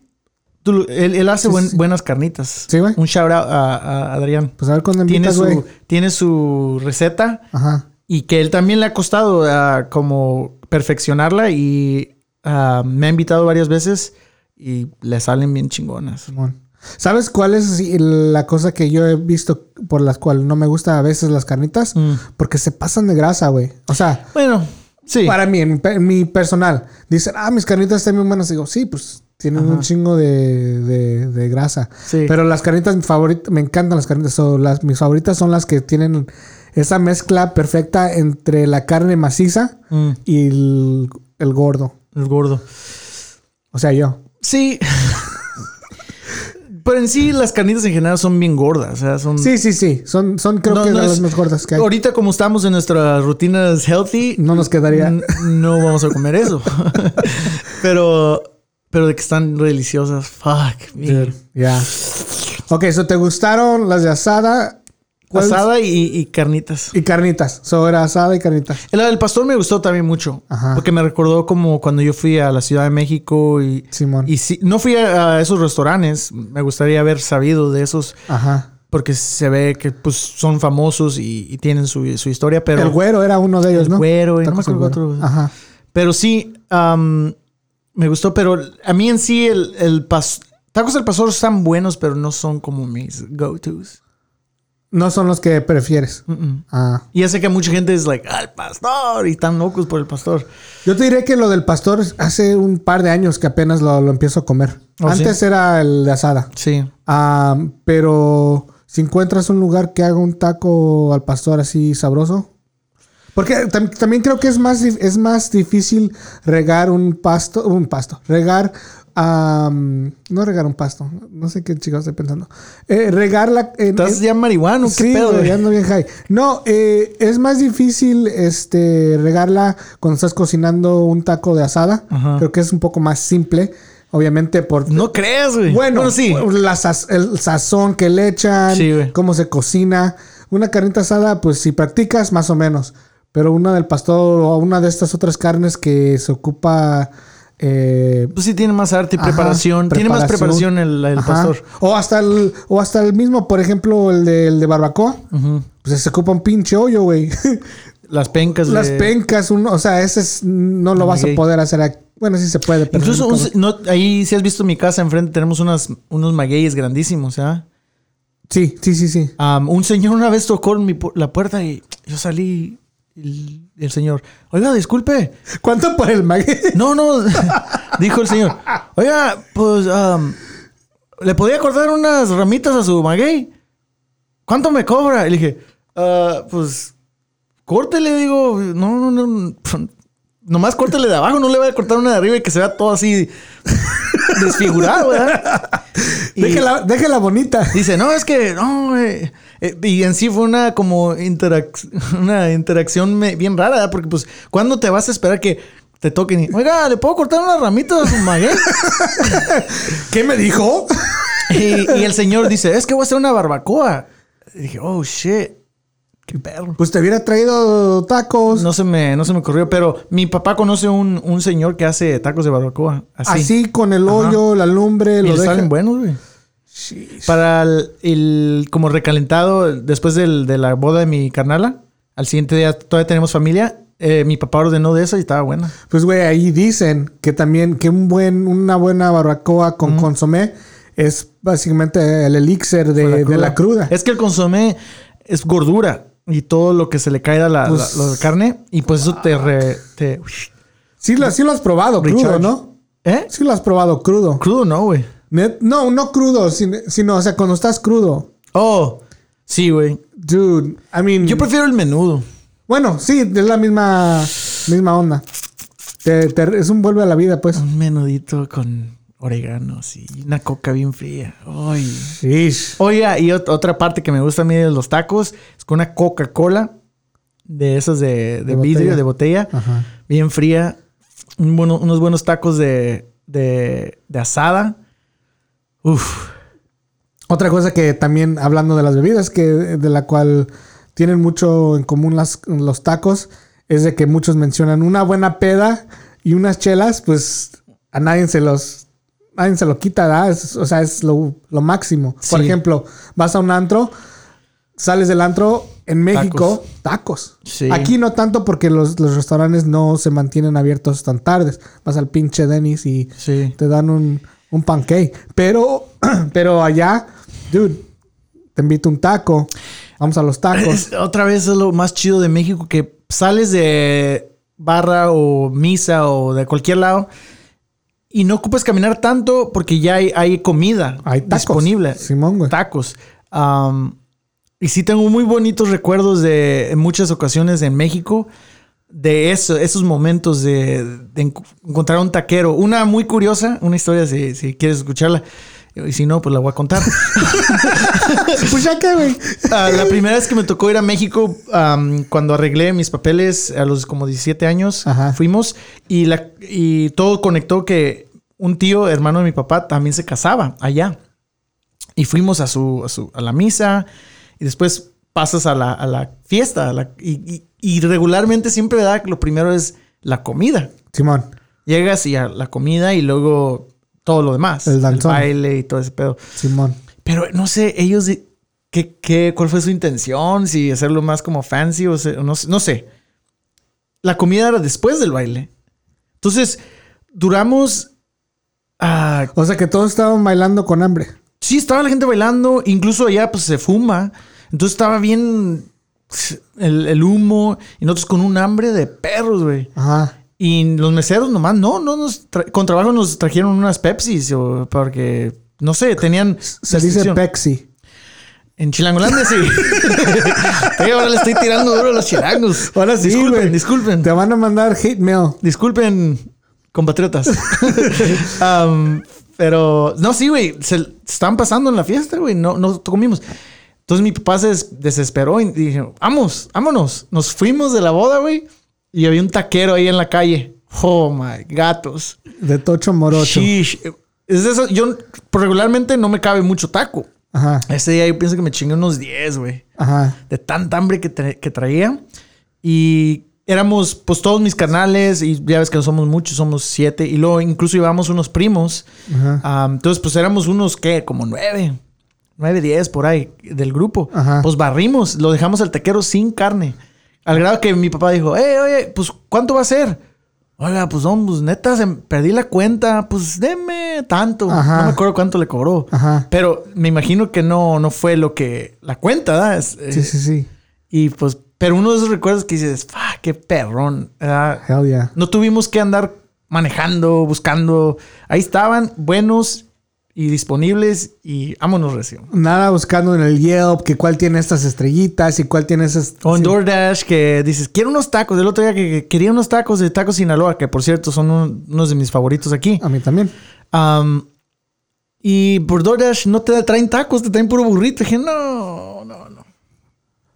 tú lo- él, él hace buen- sí. buenas carnitas Sí, güey. un shout out a, a Adrián Pues a ver cuándo tiene invitas, su güey. tiene su receta Ajá. Y que él también le ha costado ah, como perfeccionarla y ah, me ha invitado varias veces y le salen bien chingonas. Simón. ¿Sabes cuál es sí, la cosa que yo he visto por las cuales no me gusta a veces las carnitas? Mm. Porque se pasan de grasa, güey. O sea, Bueno, sí. Para mí, en, pe- en mi personal. Dicen, ah, mis carnitas están bien buenas. Digo, sí, pues tienen un chingo de, de- de grasa. Sí. Pero las carnitas favoritas, me encantan las carnitas. So, las, mis favoritas son las que tienen esa mezcla perfecta entre la carne maciza Mm, y el, el gordo. el gordo. O sea, yo. Sí. <laughs> Pero en sí, las carnitas en general son bien gordas. O sea, son. Sí, sí, sí. Son, son creo Mm. No, que no de es- las más gordas que hay. Ahorita, como estamos en nuestras rutinas healthy, No nos quedaría. n- no vamos a comer <laughs> eso. <laughs> pero, pero de que están deliciosas. Fuck. me. Ya. Ok, so te gustaron las de asada. ¿Cuál- Asada y- y carnitas. Y carnitas. Sobre asada y carnitas. La del pastor me gustó también mucho. Ajá. Porque me recordó como cuando yo fui a la Ciudad de México y, Simón. y sí, no fui a, a esos restaurantes. Me gustaría haber sabido de esos Ajá. porque se ve que pues, son famosos y, y tienen su, su historia, pero... el güero era uno de ellos, ¿no? güero, y no me Tacos del acuerdo güero. otro. Ajá. Pero sí, am, me gustó, pero a mí en sí el, el pas- Tacos del pastor están buenos, pero no son como mis go-tos. No son los que prefieres. Ah. Y ya sé que mucha gente es like, al pastor, y están locos por el pastor. Yo te diré que lo del pastor hace un par de años que apenas lo, lo empiezo a comer. Oh, Antes era el de asada. Sí. Ah, pero si encuentras un lugar que haga un taco al pastor así sabroso. Porque tam- también creo que es más, dif- es más difícil regar un pasto, un pasto, regar, am, no regar un pasto, no sé qué chicos estoy pensando. Eh, regar la... en- en- Estás ya marihuano, qué Eh, sí, pedo. güey, güey? ando bien high. No, eh, es más difícil este regarla cuando estás cocinando un taco de asada. Ajá. Creo que es un poco más simple, obviamente por No creas, güey. bueno, sí. la sa- el sazón que le echan, Sí, güey. cómo se cocina. Una carnita asada, pues si practicas, más o menos. Pero una del pastor o una de estas otras carnes que se ocupa eh, Pues sí tiene más arte y Ajá, preparación. Tiene más preparación el, el Ajá. pastor. O hasta el, o hasta el mismo, por ejemplo, el de, el de barbacoa. Pues se ocupa un pinche hoyo, <laughs> güey. Las pencas. Las de- pencas, un- o sea, ese es- no lo vas a Ok. poder hacer aquí. Bueno, sí se puede, pero... Incluso no un- todo. no, ahí si has visto mi casa enfrente tenemos unas, unos magueyes grandísimos, ¿ah? Sí, sí, sí, sí. Am, un señor una vez tocó en mi pu- la puerta y yo salí. Y el señor, oiga, disculpe, ¿Cuánto por el mag? No, no, <laughs> dijo el señor. Oiga, pues, am, ¿le podía cortar unas ramitas a su maguey? ¿Cuánto me cobra? Y le dije, "Ah, pues, córtele, digo, no, no, no. Nomás córtele de abajo, no le voy a cortar una de arriba y que se vea todo así desfigurado, ¿verdad? Y- Déjela, déjela bonita. Dice, no, es que, no, eh, eh, y en sí fue una como interac- <laughs> una interacción me- bien rara, ¿verdad? porque pues, ¿cuándo te vas a esperar que te toquen? Y, Oiga, ¿le puedo cortar unas ramitas a su <laughs> maguey? ¿Qué me dijo? y, y el señor dice, es que voy a hacer una barbacoa. Y dije, oh, shit, qué perro. Pues te hubiera traído tacos. No se me, no se me ocurrió, pero mi papá conoce un, un señor que hace tacos de barbacoa. Así. así. con el hoyo, la lumbre, y lo le salen dejan. buenos, güey. Jeez. Para el, el- como recalentado después del- de la boda de mi carnala, al siguiente día todavía tenemos familia. eh, mi papá ordenó de eso y estaba buena. Pues güey, ahí dicen que también que un buen, una buena barbacoa con consomé es básicamente el elixir Eh, de de la, cruda. Es que el consomé es gordura y todo lo que se le caiga la, la- Pues- la carne y pues eso te, re- te- Sí lo, sí lo has probado crudo, Recharge. ¿no? ¿Eh? Sí lo has probado crudo. Crudo no, güey. Net- No, no crudo, sino, sino, o sea, cuando estás crudo. Oh, sí, güey. Dude, I mean, Yo prefiero el menudo. bueno, sí, es la misma, misma onda. Te- te- es un vuelve a la vida, pues. Un menudito con orégano, sí. y Una coca bien fría. Ay. Ish. Oiga, y ot- otra parte que me gusta a mí de los tacos es con una Coca-Cola de esas de, de De vidrio, botella. de botella, Ajá. bien fría. un bueno- unos buenos tacos de, de, de asada. Uf. Otra cosa que también hablando de las bebidas, que de la cual tienen mucho en común las, los tacos, es de que muchos mencionan una buena peda y unas chelas, pues a nadie se los, nadie se lo quita, ¿verdad? Es- o sea, es lo, lo máximo. Por Sí. ejemplo, vas a un antro, sales del antro en México, tacos. Sí. Aquí no tanto porque los, los restaurantes no se mantienen abiertos tan tardes. Vas al pinche Denis y Sí. te dan un, un pancake. Pero, <clears throat> pero allá, dude, te invito un taco. Vamos a los tacos. <clears throat> Es- otra vez es lo más chido de México que sales de barra o misa o de cualquier lado y no ocupas caminar tanto porque ya hay, hay comida Hay tacos. disponible. Simón, güey. Tacos. Am, y sí tengo muy bonitos recuerdos de en muchas ocasiones en México de eso, esos momentos de, de encu- encontrar un taquero. Una muy curiosa, una historia si, si quieres escucharla. Y si no, pues la voy a contar. <laughs> pues ya que, güey. Ah, la primera vez que me tocó ir a México, am, cuando arreglé mis papeles a los como 17 años, Ajá. fuimos y, la, y todo conectó que un tío, hermano de mi papá, también se casaba allá. Y fuimos a, su, a, su- a la misa y después pasas a la, a la fiesta. a la- y, y- y regularmente siempre da que lo primero es la comida. Simón, Llegas y a la comida y luego todo lo demás. El danzón. baile y todo ese pedo. Simón. Pero no sé, ellos, de- ¿qué, qué, ¿cuál fue su intención? Si hacerlo más como fancy o se- o no, sé- no sé. La comida era después del baile. Entonces, duramos... ah, O sea que todos estaban bailando con hambre. sí, estaba la gente bailando, incluso allá pues se fuma. Entonces estaba bien el, el humo y nosotros con un hambre de perros, güey. Ajá. Y los meseros nomás, no, no nos tra- con trabajo nos trajeron unas Pepsis o porque, no sé, tenían... Se dice restricción. pexi. En Chilangolandia <laughs> sí. Sí, ahora le estoy tirando duro a los chilangos. Ahora sí, disculpen, güey. disculpen. Te van a mandar hate mail. Disculpen, <laughs> compatriotas. Am, pero no, sí, güey. Se se estaban pasando en la fiesta, güey. No, no comimos. Entonces mi papá se des- desesperó y dijo: Vamos, vámonos. Nos fuimos de la boda, güey. Y había un taquero ahí en la calle. Oh my gatos. De tocho morocho. Shish. Es de eso. Yo regularmente no me cabe mucho taco. Ajá. Ese día yo pienso que me chingué unos 10, güey Ajá. de tanta hambre que, tra- que traía. Y éramos, pues, todos mis canales, y ya ves que no somos muchos, somos siete, y luego incluso llevamos unos primos. Ajá. Ah, entonces, pues éramos unos, ¿qué? Como nueve, nueve, diez por ahí del grupo. Ajá. Pues barrimos, lo "Eh, dejamos al taquero sin carne. Al grado que mi papá dijo, hey, oye, pues, ¿cuánto va a ser? Hola, pues, hombre, pues neta, se- perdí la cuenta. Pues deme tanto. Ajá. No me acuerdo cuánto le cobró. Ajá. Pero me imagino que no, no fue lo que la cuenta da. Es, eh, Sí, sí, sí. Y pues, pero uno de esos recuerdos que dices, "Fa, qué perrón. ¿verdad? Hell yeah. No tuvimos que andar manejando, buscando. Ahí estaban buenos y disponibles y vámonos recién. Nada buscando en el Yelp que cuál tiene estas estrellitas y cuál tiene esas. O sí. en DoorDash que dices, quiero unos tacos. El otro día que que quería unos tacos de Tacos Sinaloa, que por cierto son un- unos de mis favoritos aquí. A mí también. Am, y por DoorDash no te traen tacos, te traen puro burrito. Dije, no, no, no.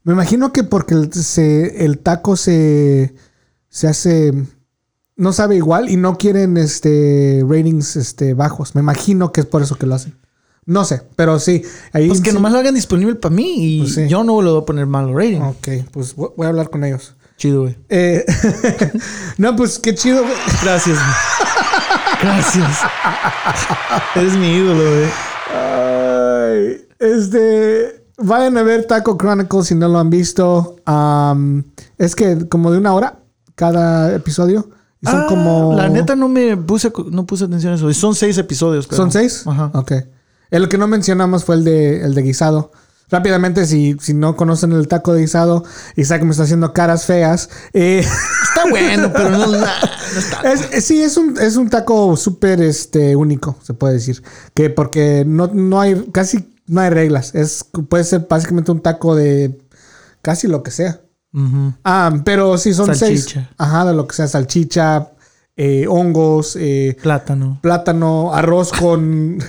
Me imagino que porque el, se- el taco se, se hace. No sabe igual y no quieren este ratings este, bajos. Me imagino que es por eso que lo hacen. No sé, pero sí. Ahí Pues que sí- nomás lo hagan disponible para mí y Pues sí. yo no lo voy a poner mal rating. Ok, pues vo- voy a hablar con ellos. Chido, güey. Eh, <laughs> no, pues qué chido. güey. Gracias. güey. Gracias. Eres mi ídolo, eh. güey. Ay, este. Vayan a ver Taco Chronicles si no lo han visto. Am, es que como de una hora cada episodio. Y son Ah, como. La neta no me puse, cu- no puse atención a eso. Son seis episodios. creo. ¿Son seis? Ajá. Ok. El que no mencionamos fue el de, el de guisado. Rápidamente, si, si no conocen el taco de guisado, Isaac me está haciendo caras feas. Eh, <laughs> Está bueno, pero no, es nada, no está. es- es- sí, es un, es un taco súper este, único, se puede decir. Que porque no, no hay, casi no hay reglas. Es, puede ser básicamente un taco de casi lo que sea. Ujú. Ah, pero sí son seis. Salchicha. Ajá, de lo que sea, salchicha, eh, hongos, eh, Plátano, plátano, arroz con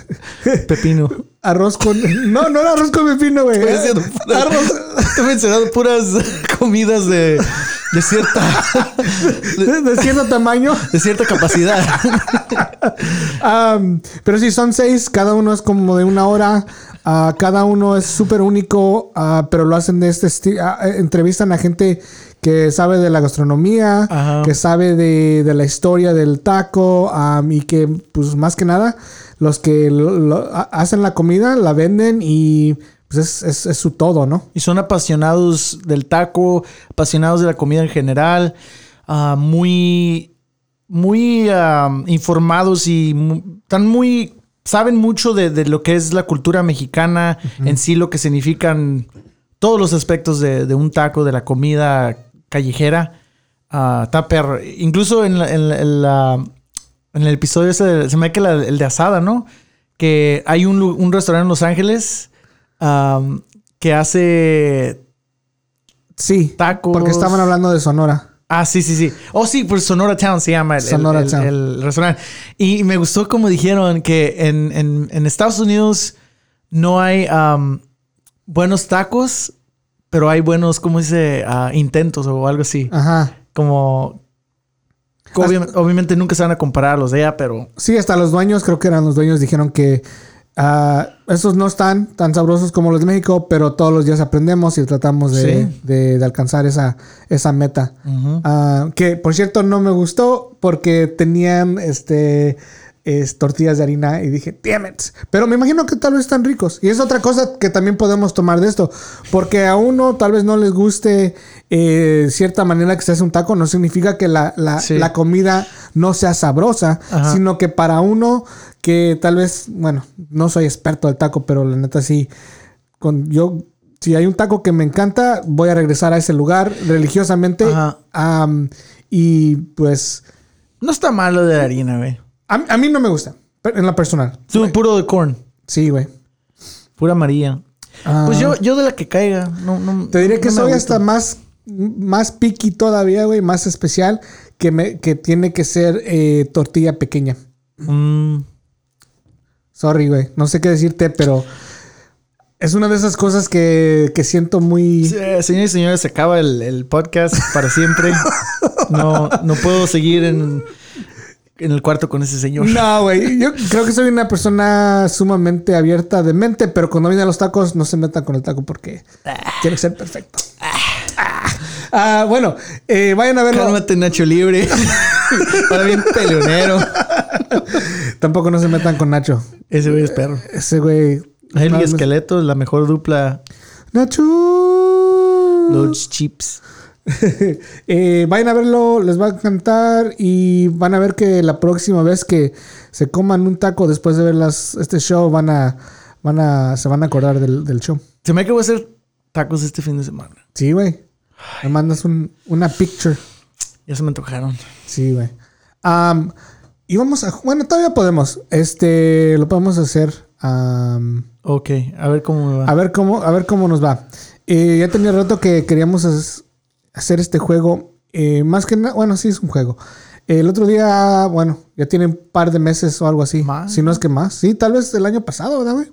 pepino. Arroz con. <laughs> No, no era arroz con pepino, güey. Estoy <laughs> diciendo puras- Arroz. Estoy mencionando puras comidas de, de cierta De, de cierto tamaño. de cierta capacidad. Am, pero sí, son seis. Cada uno es como de una hora. Ah, cada uno es súper único. ah, pero lo hacen de este estilo. entrevistan a gente que sabe de la gastronomía. Ajá. Que sabe de, de la historia del taco. am, y que, pues más que nada, los que lo- lo- ha- hacen la comida, la venden y pues es, es- es su todo, ¿no? Y son apasionados del taco, apasionados de la comida en general, ah, muy, muy ah, informados y mu- están muy, saben mucho de, de lo que es la cultura mexicana en sí, lo que significan todos los aspectos de, de un taco, de la comida callejera. Ah, está perro. Incluso en, la- en la- en la- en el episodio ese, de- se me hace que la- el de asada, ¿no? Que hay un, lu- un restaurante en Los Ángeles am, um, que hace Sí. tacos. Porque estaban hablando de Sonora. Ah, sí, sí, sí. Oh, sí, pues Sonora Town se llama el, el- Sonora el- Town. el restaurante. Y me gustó como dijeron que en, en- en Estados Unidos no hay am, buenos tacos, pero hay buenos, ¿cómo dice? Ah, intentos o algo así. Ajá. Como... obvia- obviamente nunca se van a comparar a los de ella, pero... Sí, hasta los dueños, creo que eran los dueños, dijeron que ah, esos no están tan sabrosos como los de México, pero todos los días aprendemos y tratamos de, Sí. de- de alcanzar esa, esa meta. Ah, que por cierto no me gustó porque tenían este es, tortillas de harina y dije, damn it. Pero me imagino que tal vez están ricos. Y es otra cosa que también podemos tomar de esto. Porque a uno tal vez no les guste eh, cierta manera que se hace un taco. No significa que la, la- Sí. la comida no sea sabrosa. Ajá. Sino que para uno que tal vez, bueno, no soy experto del taco, pero la neta sí. Con, yo, si hay un taco que me encanta, voy a regresar a ese lugar religiosamente. Ajá. Am, y pues... No está malo de harina, güey. A, a mí no me gusta, pero en la personal. Tú, puro de corn, Sí, güey. pura amarilla. Ah. Pues yo, yo de la que caiga. No, no, Te diré que no me soy gusta. hasta más, más picky todavía, güey, más especial, que, me, que tiene que ser eh, tortilla pequeña. Mm, Sorry, güey. No sé qué decirte, pero es una de esas cosas que, que siento muy... eh, señores y señores, se acaba el, el podcast para siempre. No, no puedo seguir en, en el cuarto con ese señor. No, güey. Yo creo que soy una persona sumamente abierta de mente, pero cuando vienen los tacos, no se metan con el taco porque tiene que ser perfecto. Ah, bueno, eh, vayan a verlo. Cálmate, Nacho Libre. <laughs> Ahora bien peleonero. Tampoco no se metan con Nacho. Ese güey es perro. Ese güey. Él no, y no- Esqueleto, la mejor dupla. Nacho. Los chips. <laughs> Eh, vayan a verlo, les va a encantar y van a ver que la próxima vez que se coman un taco después de ver las, este show van a, van a, se van a acordar del, del show. Se me hace que voy a hacer tacos este fin de semana. Sí, güey. Me mandas un- una picture. Ya se me antojaron. Sí, güey. Am, y vamos a, bueno, todavía podemos, este, lo podemos hacer. am, Ok, a ver cómo me va. A ver cómo, a ver cómo nos va. Eh, ya tenía rato que queríamos as- hacer este juego. eh, más que nada, bueno, sí es un juego. El otro día, bueno, ya tiene un par de meses o algo así. Más, Si no es que más. Sí, tal vez el año pasado, ¿verdad, güey? No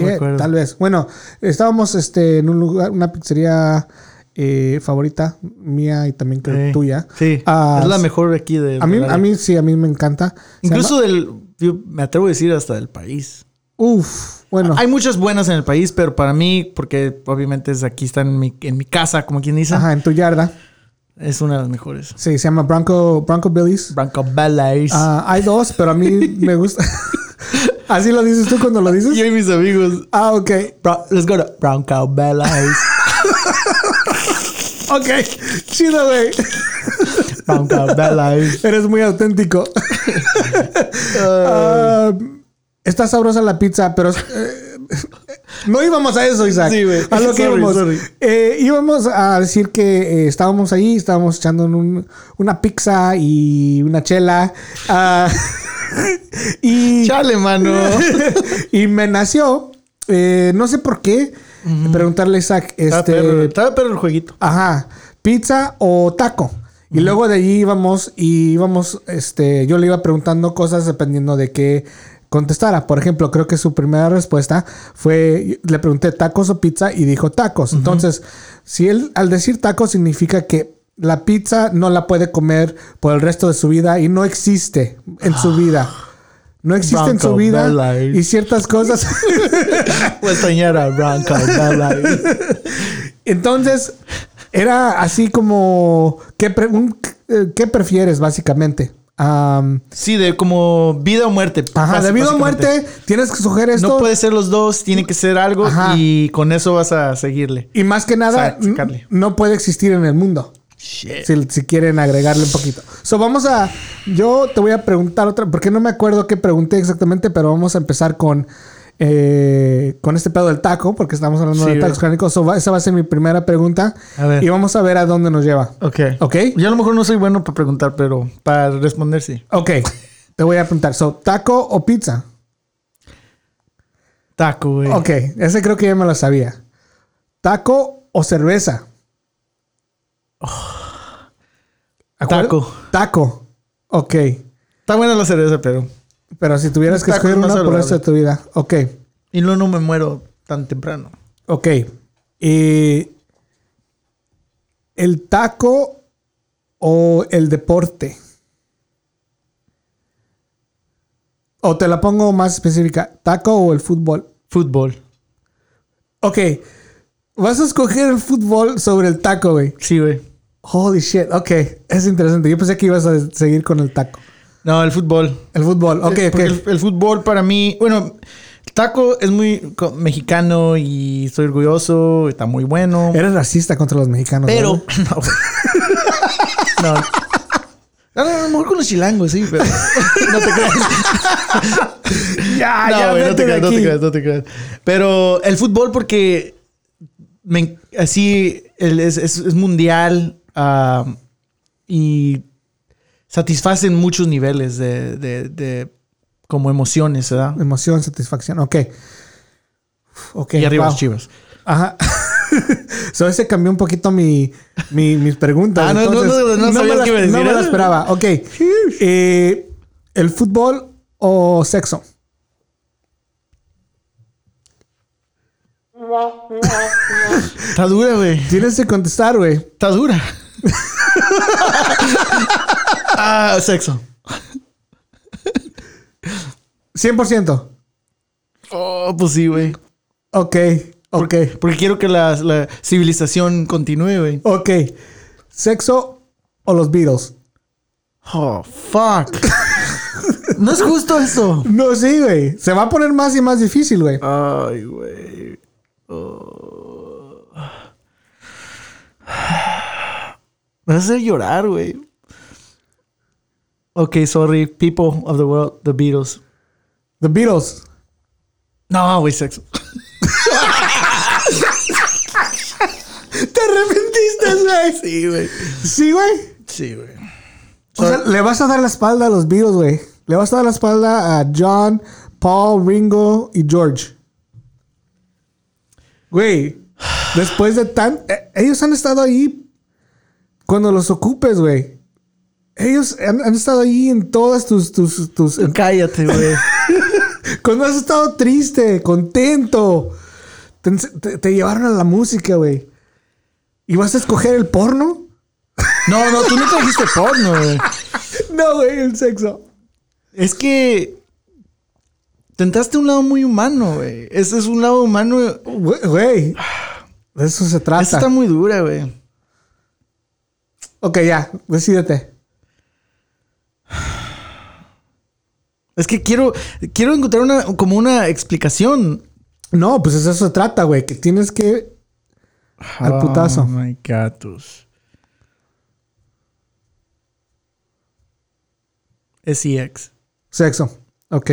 me Shit, acuerdo. tal vez. Bueno, estábamos este, en un lugar, una pizzería eh, favorita mía y también creo Sí. tuya. Sí, Ah, es la mejor aquí de. A mí, del a área. mí sí, a mí me encanta. Se llama- Incluso del. yo me atrevo a decir hasta del país. Uf, bueno. Hay muchas buenas en el país, pero para mí, porque obviamente es aquí está en mi, en mi casa, como quien dice, Ajá, en tu yarda. es una de las mejores. Sí, se llama Bronco, Bronco Billy's. Branco Ballais. Ah, hay dos, pero a mí me gusta. <laughs> ¿Así lo dices tú cuando lo dices? Yo y mis amigos. Ah, ok. Bra- Let's go to Branco Ballais. <laughs> Ok. Chido, güey. Branco Ballais. Eres muy auténtico. Ah, está sabrosa la pizza, pero... eh, no íbamos a eso, Isaac. Sí, güey. A lo que Sorry, íbamos. sorry. Eh, íbamos a decir que eh, estábamos ahí, estábamos echando en un- una pizza y una chela. ah, <laughs> y... Chale, mano. <laughs> y me nació, eh, no sé por qué, preguntarle a Isaac, Estaba perro- este, Estaba perro el jueguito. ajá, pizza o taco. Y luego de allí íbamos y íbamos, este, yo le iba preguntando cosas dependiendo de qué contestara. Por ejemplo, creo que su primera respuesta fue, le pregunté tacos o pizza y dijo tacos. Entonces, si él al decir tacos significa que la pizza no la puede comer por el resto de su vida y no existe en su vida. No existe en su Bronco vida Belair. y ciertas cosas. Voy a extrañar a Branco Ballais. Entonces, era así como, ¿qué, pre- un- eh, ¿qué prefieres básicamente? Am, Sí, de como vida o muerte. ajá, basi- debido a básicamente. muerte, tienes que sugerir esto. No puede ser los dos, tiene que ser algo Ajá. y con eso vas a seguirle. Y más que nada, Sa- sacarle. n- no puede existir en el mundo. Shit. Si, si quieren agregarle un poquito. So, vamos a. Yo te voy a preguntar otra. Porque no me acuerdo qué pregunté exactamente, pero vamos a empezar con. eh, con este pedo del taco, porque estamos hablando Sí, de tacos ¿verdad? crónicos. So, va- esa va a ser mi primera pregunta. A ver. Y vamos a ver a dónde nos lleva. Ok. Ok. Yo a lo mejor no soy bueno para preguntar, pero para responder sí. Ok. Te voy a preguntar. So, ¿taco o pizza? Taco, güey. Ok. Ese creo que ya me lo sabía. ¿Taco o cerveza? Acuer- Taco. Taco. Ok. Está buena la cerveza, pero. Pero si tuvieras que Taco es escoger más una por el resto saludable. de tu vida. Ok. Y no, no me muero tan temprano. Ok. Eh, ¿El taco o el deporte? O te la pongo más específica. ¿Taco o el fútbol? Fútbol. Ok. Vas a escoger el fútbol sobre el taco, güey. Sí, güey. Holy shit. Ok. Es interesante. Yo pensé que ibas a seguir con el taco. No, el fútbol. El fútbol. Ok, Eh, ok. porque el, el fútbol para mí, bueno, el taco es muy co- mexicano y estoy orgulloso, está muy bueno. Eres racista contra los mexicanos. Pero. ¿verdad? <laughs> No, güey. no. No, no, a lo mejor con los chilangos, sí, pero. No te creas. Ya, no, ya, güey, no vete te de creas, no te aquí. creas, no te creas. Pero el fútbol, porque. me en- así el- es, es- es mundial ah, y satisfacen muchos niveles de, de- de- como emociones, ¿verdad? Emoción, satisfacción. Ok. Ok. y arriba wow. los chivas. Ajá. <laughs> so, ese cambió un poquito mi, mi- mis preguntas. Ah, no, no, Entonces, no, no me sabías las- qué iba a no decir, me ¿eh? la esperaba. Ok. Eh, ¿El fútbol o sexo? Está dura, güey. Tienes que contestar, güey. Está dura. <laughs> ah, sexo. 100%. Oh, pues sí, güey. Ok. Ok. Porque quiero que la, la civilización continúe, güey. Ok. ¿Sexo o los Beatles? Oh, <laughs> fuck. no es justo eso. No, sí, güey. Se va a poner más y más difícil, güey. Ay, güey. Me vas a hacer llorar, güey. Ok, sorry. People of the world, the Beatles. The Beatles. No, güey, sexo. <laughs> ¿Te arrepentiste, güey? Sí, güey. Sí, güey. Sí, güey. O sea, le vas a dar la espalda a los Beatles, güey. Le vas a dar la espalda a John, Paul, Ringo y George. Güey, después de tan... eh, ellos han estado ahí cuando los ocupes, güey. Ellos han, han estado ahí en todas tus... tus, tus en- Cállate, güey. cuando has estado triste, contento. Te, ens- te- te llevaron a la música, güey. ¿Y vas a escoger el porno? No, no, tú no trajiste porno, güey. No, güey, el sexo. Es que. Tentaste un lado muy humano, güey. Este es un lado humano. Esta Güey, Güey, de eso se trata. está muy dura, güey. Ok, ya, decídete. Es que quiero, quiero encontrar una, como una explicación. No, pues eso se trata, güey, que tienes que... Al putazo. Oh my gatos. SEX. Sexo. Ok.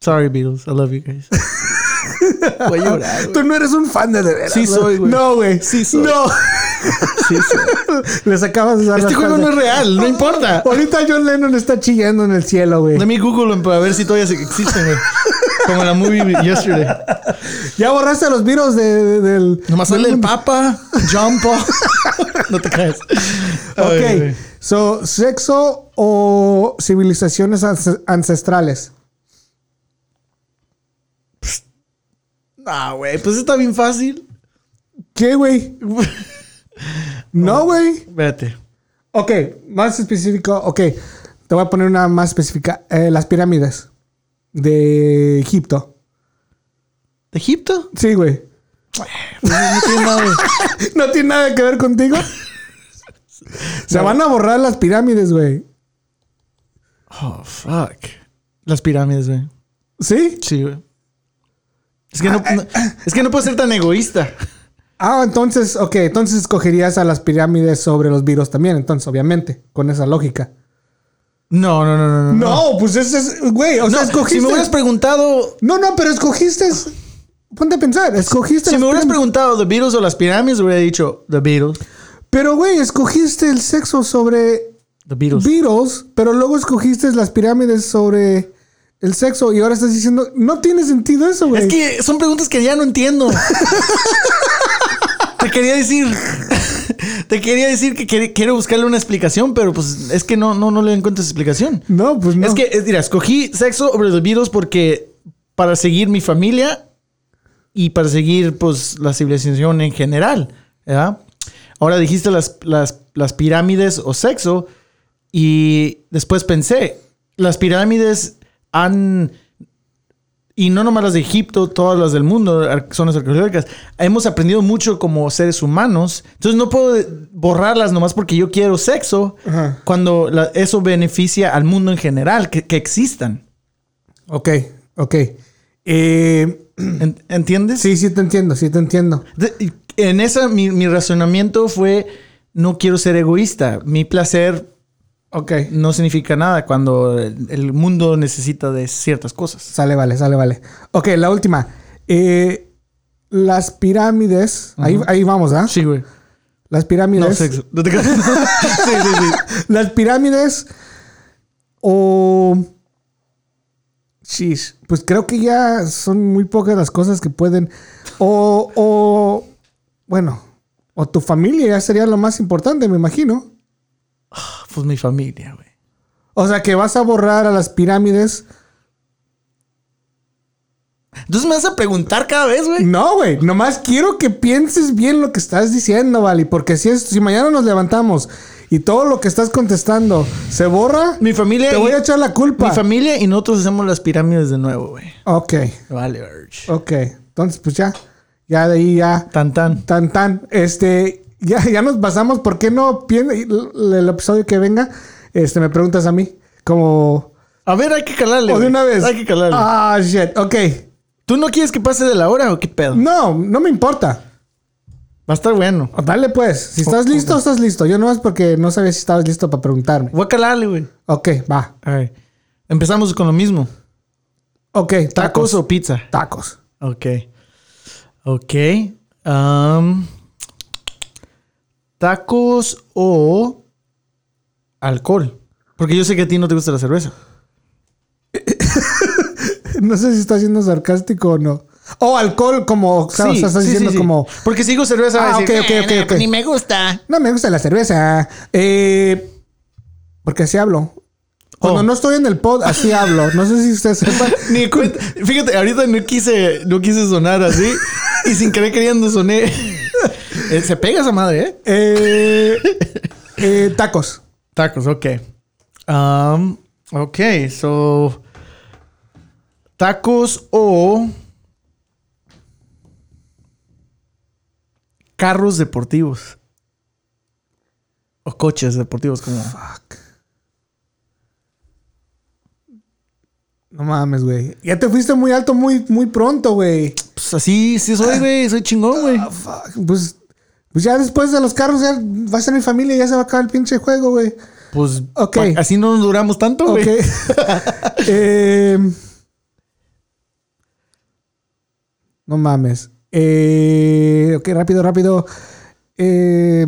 Sorry, Beatles. I love you guys. <laughs> Voy a llorar. güey. Tú no eres un fan de de veras, Sí soy, güey. No, güey. Sí <laughs> soy. No. Sí, sí. Les acabas de dar Este la juego espalda. no es real, no importa. Ahorita John Lennon está chillando en el cielo, güey. Dame Google para ver si todavía se- existen, güey. Como en la movie yesterday. Ya borraste los virus de, de- del... Nomás sale el Papa, John Paul. <laughs> no te creas. Ay, Ok. güey. So, sexo o civilizaciones ance- ancestrales. Ah, güey, pues está bien fácil. ¿Qué, güey? No, güey. Vete. Ok, más específico. Ok, te voy a poner una más específica. Eh, las pirámides de Egipto. ¿De Egipto? Sí, güey. No tiene nada, güey. No tiene nada que ver <laughs> contigo. Se van a borrar las pirámides, güey. Oh, fuck. Las pirámides, güey. ¿Sí? Sí, güey. Es que no, no- es que no puedo ser tan egoísta. Ah, entonces, ok, entonces escogerías a las pirámides sobre los virus también, entonces, obviamente, con esa lógica. No, no, no, no. No, No, pues ese es, güey, o sea, si escogiste... me hubieras preguntado, No, no, pero escogiste... Ponte a pensar, escogiste... si las me hubieras pirámides. preguntado The Beatles o las pirámides, hubiera dicho The Beatles. Pero, güey, escogiste el sexo sobre The Beatles. Beatles, pero luego escogiste las pirámides sobre el sexo y ahora estás diciendo, no tiene sentido eso, güey. es que son preguntas que ya no <laughs> entiendo. te quería decir, te quería decir que quer- quiero buscarle una explicación, pero pues es que no, no, no le encuentro esa explicación. No, pues no. Es que, es- mira, escogí sexo sobre los virus porque para seguir mi familia y para seguir, pues, la civilización en general, ¿verdad? Ahora dijiste las, las, las pirámides o sexo y después pensé, las pirámides han... Y no nomás las de Egipto, todas las del mundo ar- son las arqueológicas. Hemos aprendido mucho como seres humanos. Entonces no puedo de- borrarlas nomás porque yo quiero sexo Ajá. cuando la- eso beneficia al mundo en general, que, <clears throat> que existan. Ok, ok. Eh, En- ¿Entiendes? sí, sí te entiendo, sí te entiendo. De- en esa mi, mi razonamiento fue, no quiero ser egoísta. Mi placer Ok. no significa nada cuando el, el mundo necesita de ciertas cosas. Sale, vale, sale, vale. Ok, la última. Eh, las pirámides. ahí, ahí vamos, ¿ah? Sí, güey. Las pirámides. No, sexo. No <laughs> te creas. sí, sí, sí. Las pirámides. O. Shish. Pues creo que ya son muy pocas las cosas que pueden. O. o bueno. O tu familia ya sería lo más importante, me imagino. Pues mi familia, güey. O sea que vas a borrar a las pirámides. Entonces me vas a preguntar cada vez, güey. No, güey. Nomás quiero que pienses bien lo que estás diciendo, Vali. Porque si, es, si mañana nos levantamos y todo lo que estás contestando se borra, Mi familia. te y- voy a echar la culpa. Mi familia y nosotros hacemos las pirámides de nuevo, güey. ok, Vale, Urge. ok. Entonces, pues ya. Ya de ahí ya. Tan tan. Tan tan. Este. Ya, ya nos pasamos. ¿Por qué no piensa el, el episodio que venga? Este, me preguntas a mí. Como. A ver, hay que calarle. O de güey. una vez. Hay que calarle. Ah, shit. Ok. ¿Tú no quieres que pase de la hora o qué pedo? No, no me importa. Va a estar bueno. O Dale pues, si estás listo, estás listo. Yo no es porque no sabía si estabas listo para preguntarme. Voy a calarle, güey. Ok, va. A ver. Empezamos con lo mismo. Ok, ¿Tacos, tacos. o pizza? Tacos. <laughs> Ok. Ok. Am, ¿Tacos o alcohol? Porque yo sé que a ti no te gusta la cerveza. No sé si estás siendo sarcástico o no. O alcohol, como, o sea, o sea, estás sí, sí, diciendo sí. como, Porque si digo cerveza, va a Ah, decir, ok, ok, "Eh, ok, nah, ok. pues ni me gusta. no me gusta la cerveza. Eh, porque así hablo. Cuando Oh. no estoy en el pod, así hablo. No sé si usted sepa. Ni cuenta. Fíjate, ahorita no quise, no quise sonar así. Y sin querer queriendo <laughs> soné. Eh, Se pega esa madre, ¿eh? Eh, eh, tacos. Tacos, ok. Um, ok, so. Tacos o. Carros deportivos. O coches deportivos, como. Fuck. No mames, güey. Ya te fuiste muy alto, muy, muy pronto, güey. Pues así, sí soy, güey. Soy chingón, güey. Ah, fuck. Pues, pues ya después de los carros ya va a ser mi familia y ya se va a acabar el pinche juego, güey. Pues. Ok. pa- Así no nos duramos tanto, güey. Ok. Eh, no mames. Eh, ok, rápido, rápido. Eh,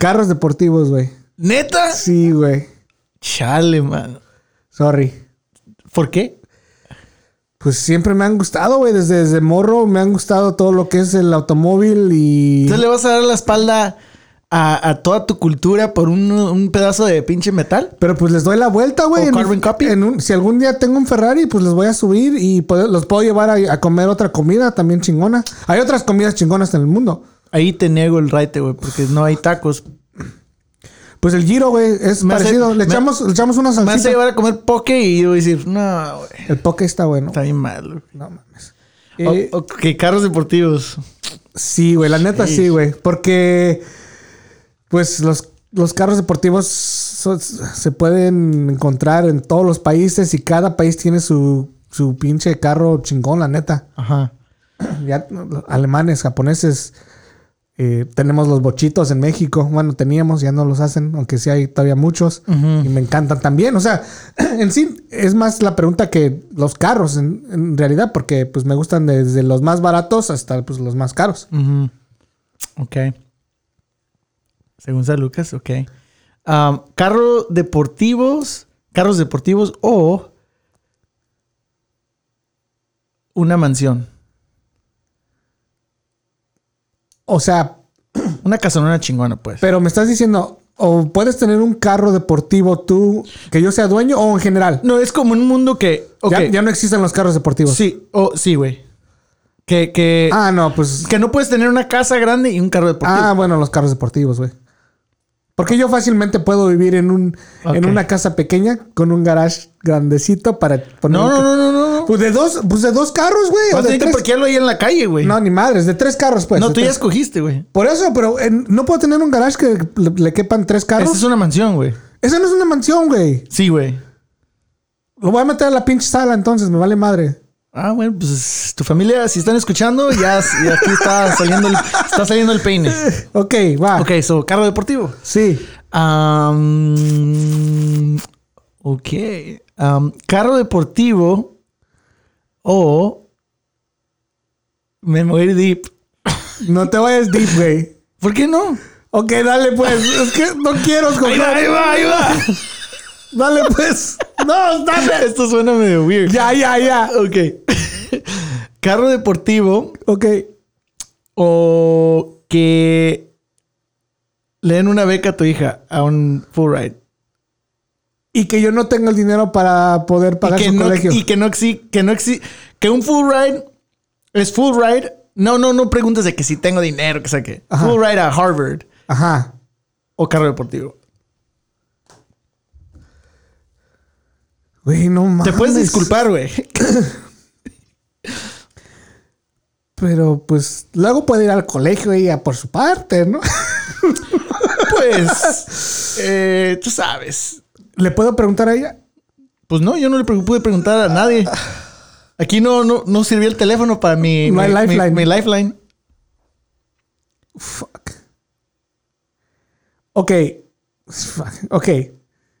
carros deportivos, güey. ¿Neta? Sí, güey. Chale, man. Sorry. ¿Por qué? Pues siempre me han gustado, güey. Desde, desde morro me han gustado todo lo que es el automóvil y... Entonces le vas a dar la espalda a, a toda tu cultura por un, un pedazo de pinche metal. Pero pues les doy la vuelta, güey. ¿O En- carbon copy? en un- si algún día tengo un Ferrari, pues los voy a subir y pod- los puedo llevar a, a comer otra comida también chingona. Hay otras comidas chingonas en el mundo. Ahí te niego el raite, güey, porque no hay tacos. Pues el giro, güey, es Me hace- parecido. le, me- echamos, le echamos una Me vas a salsita. llevar a comer poke y yo voy a decir, no, güey, El poke está bueno. está bien Oh, malo. No mames. O- Eh, ok, carros deportivos. Sí, güey, la neta sí, güey. Porque, pues, los, los carros deportivos so- se pueden encontrar en todos los países y cada país tiene su, su pinche carro chingón, la neta. Ajá. Ya, los alemanes, japoneses, eh, tenemos los bochitos en México. Bueno, teníamos, ya no los hacen, aunque sí hay todavía muchos. Y me encantan también. O sea, <clears throat> en sí, es más la pregunta que los carros, en, en realidad, porque pues me gustan desde los más baratos hasta pues, los más caros. Ujú. Ok. Según San Lucas, ok. Am, carro deportivos, carros deportivos o una mansión. O sea, Una casonona chingona, pues. Pero me estás diciendo, o puedes tener un carro deportivo tú, que yo sea dueño, o en general. No, es como un mundo que. Ok. Ya, ya no existen los carros deportivos. Sí, oh, sí, güey. Que, que, Ah, no, pues. que no puedes tener una casa grande y un carro deportivo. Ah, bueno, los carros deportivos, güey. Porque yo fácilmente puedo vivir en un en Ok. una casa pequeña con un garage grandecito para poner. no, un no, ca- no, no, no. no. Pues de dos, pues de dos carros, güey. o Vas a de tener que tres. parquearlo ahí en la calle, güey. No, No, ni madres, de tres carros, pues. de tú ya tres. escogiste, güey. Por eso, pero eh, no puedo tener un garage que le, le quepan tres carros. Esta es una mansión, güey. Esa no es una mansión, güey. Sí, güey. Lo voy a meter a la pinche sala entonces, me vale madre. Ah, bueno, pues tu familia, si están escuchando, ya, ya aquí está saliendo, el, está saliendo el <laughs> peine. Ok, va. Ok, so, carro deportivo. Sí. Am, ok. Am, carro deportivo o me voy a ir deep. No te vayas deep, güey. ¿Por qué no? Ok, dale pues. Es que no quiero escoger. va, ahí va, ahí va. Dale pues. No, dale. Esto suena medio weird. Ya, ya, ya. Ok. carro deportivo Ok. o que le den una beca a tu hija a un full ride. Y que yo no tenga el dinero para poder pagar y que su no, colegio. Y que no exi- que no exi- que un full ride es full ride. No, no, no preguntes de que si tengo dinero, que saque. Ajá. Full ride a Harvard Ajá. o carro deportivo. Güey, no mames. Te puedes disculpar, <laughs> güey. Pero pues luego puede ir al colegio ella por su parte, ¿no? <laughs> Pues, eh, tú sabes. ¿Le puedo preguntar a ella? Pues no, yo no le pre- pude preguntar a nadie. Aquí no, no, no sirvió el teléfono para mi, No hay mi- mi- lifeline. mi lifeline. Fuck. Ok. <laughs> Fuck. Ok.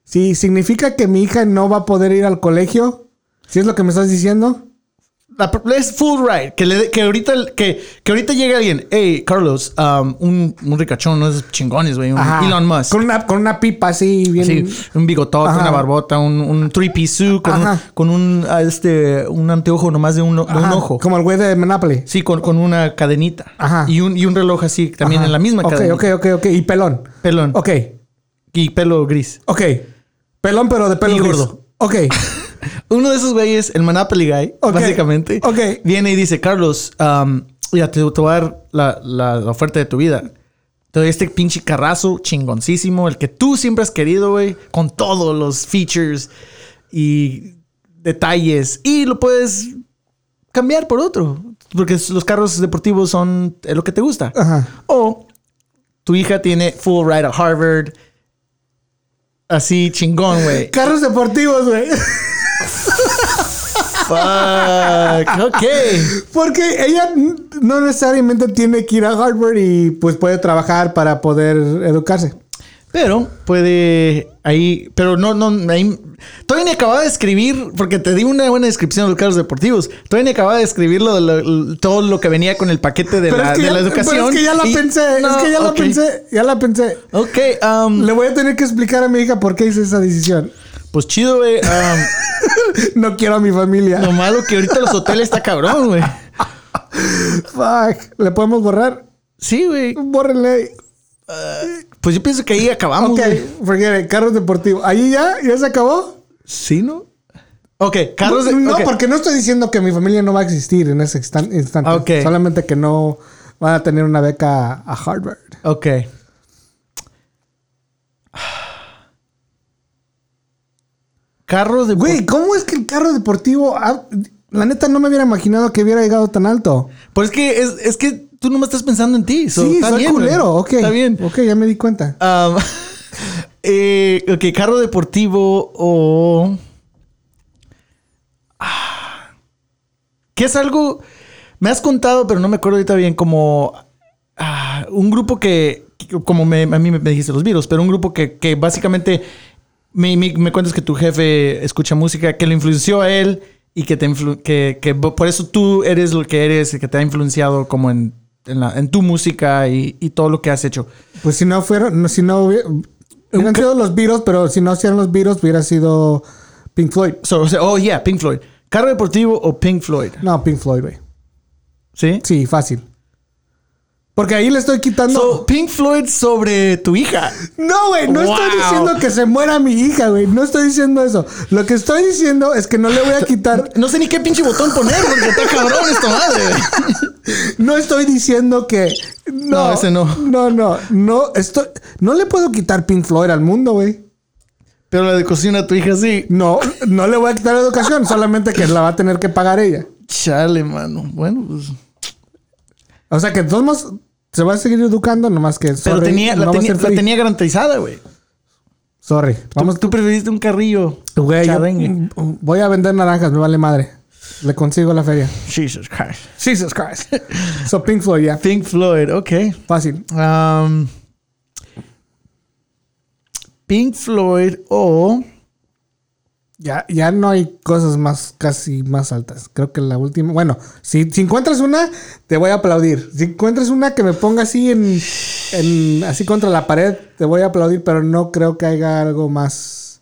Si significa que mi hija no va a poder ir al colegio, si es lo que me estás diciendo. La pro- es full ride. Que, le dé- que, ahorita, el- que, que ahorita llegue alguien. Hey, Carlos, um, un, un ricachón, no es chingones, güey. Un Ajá. Elon Musk. Con una, con una pipa así bien. Sí, un bigotote, Ajá. una barbota, un, un three-piece suit con, un, Ajá. con un, ah, este, un anteojo nomás de un, o- de un Ajá, ojo. Como el güey de Monopoly. Sí, con, con una cadenita. Ajá. Y un, y un reloj así también Ajá. en la misma Ok, cadenita. ok, ok, ok. Y pelón. Pelón. Ok. Y pelo gris. Ok. Pelón, pero de pelo Y gris. gordo. Ok. Uno de esos güeyes, el Monopoly Guy, Ok. básicamente, Ok. viene y dice, Carlos, am, ya te, te voy a dar la, la- la oferta de tu vida. Te doy este pinche carrazo chingoncísimo, el que tú siempre has querido, güey, con todos los features y detalles. Y lo puedes cambiar por otro, porque s- los carros deportivos son eh, lo que te gusta. Ajá. O tu hija tiene full ride a Harvard. Así chingón, güey. Carros deportivos, güey. <laughs> Fuck. Ok. Porque ella no necesariamente tiene que ir a Harvard y pues puede trabajar para poder educarse. Pero puede ahí, pero no, no, ahí, todavía ni acababa de escribir, porque te di una buena descripción de los carros deportivos, todavía ni acababa de escribir lo de lo- todo lo que venía con el paquete de, Pero, la, es que de ya, la educación. pero es que ya la y- pensé, es No, que ya la ok. pensé, ya la pensé. Ok, um, Le voy a tener que explicar a mi hija por qué hice esa decisión. <laughs> pues chido, güey. um, No quiero a mi familia. lo malo que ahorita los hoteles está cabrón, güey. Fuck. ¿Le podemos borrar? Sí, güey. Bórrenle. Pues yo pienso que ahí acabamos, Ok, güey. forget it. Carros deportivos. ¿Ahí ya? ¿Ya se acabó? Sí, ¿no? Ok, carros de- No, ok. porque no estoy diciendo que mi familia no va a existir en ese instan- instante. Ok. Solamente que no van a tener una beca a Harvard. Ok. Carro de... Güey, ¿cómo es que el carro deportivo... ha- La neta no me hubiera imaginado que hubiera llegado tan alto. Pues es que, es, es que tú nomás estás pensando en ti. so, sí, está soy bien, güey. culero. Ok. Está bien. Ok, ya me di cuenta. Um, <laughs> eh, ok, carro deportivo o... Ah. ¿Qué es algo? Me has contado, pero no me acuerdo ahorita bien, como ah, un grupo que, que- como me- a mí me me dijiste los virus, pero un grupo que, que básicamente me, me- me cuentas que tu jefe escucha música, que lo influenció a él y que, te influ- que, que bo- por eso tú eres lo que eres y que te ha influenciado como en, en, la- en tu música y, y todo lo que has hecho. Pues si no fueron, no, si no hubi- hubieran sido los virus, pero si no hacían los virus, hubiera sido Pink Floyd. So, o sea, oh, yeah, Pink Floyd. ¿Carro deportivo o Pink Floyd? No, Pink Floyd, güey. ¿Sí? Sí, fácil. Porque ahí le estoy quitando. So, Pink Floyd sobre tu hija. no, güey, no estoy Wow. diciendo que se muera mi hija, güey. No estoy diciendo eso. Lo que estoy diciendo es que no le voy a quitar. No sé ni qué pinche botón poner porque está cabrón esta madre. No estoy diciendo que. No, No, ese no. No, no, no. Estoy, no le puedo quitar Pink Floyd al mundo, güey. <laughs> Pero la de cocina a tu hija sí. No, no le voy a quitar educación, solamente que la va a tener que pagar ella. Chale, mano. Bueno, pues. O sea que de todos modos se va a seguir educando, nomás que. Pero sorry, tenía, la, no va a tenía, ser la free. tenía garantizada, güey. Sorry. Vamos. Vamos, tú preferiste un carrillo. Güey, yo- chadengue. voy a vender naranjas, me vale madre. Le consigo la feria. Jesus Christ. Jesus Christ. so Pink Floyd, ya. Pink Floyd, ok. Fácil. Um, Pink Floyd o. Ya, ya no hay cosas más, casi más altas. Creo que la última. Bueno, si, si encuentras una, te voy a aplaudir. Si encuentras una que me ponga así en, en- así contra la pared, te voy a aplaudir, pero no creo que haya algo más.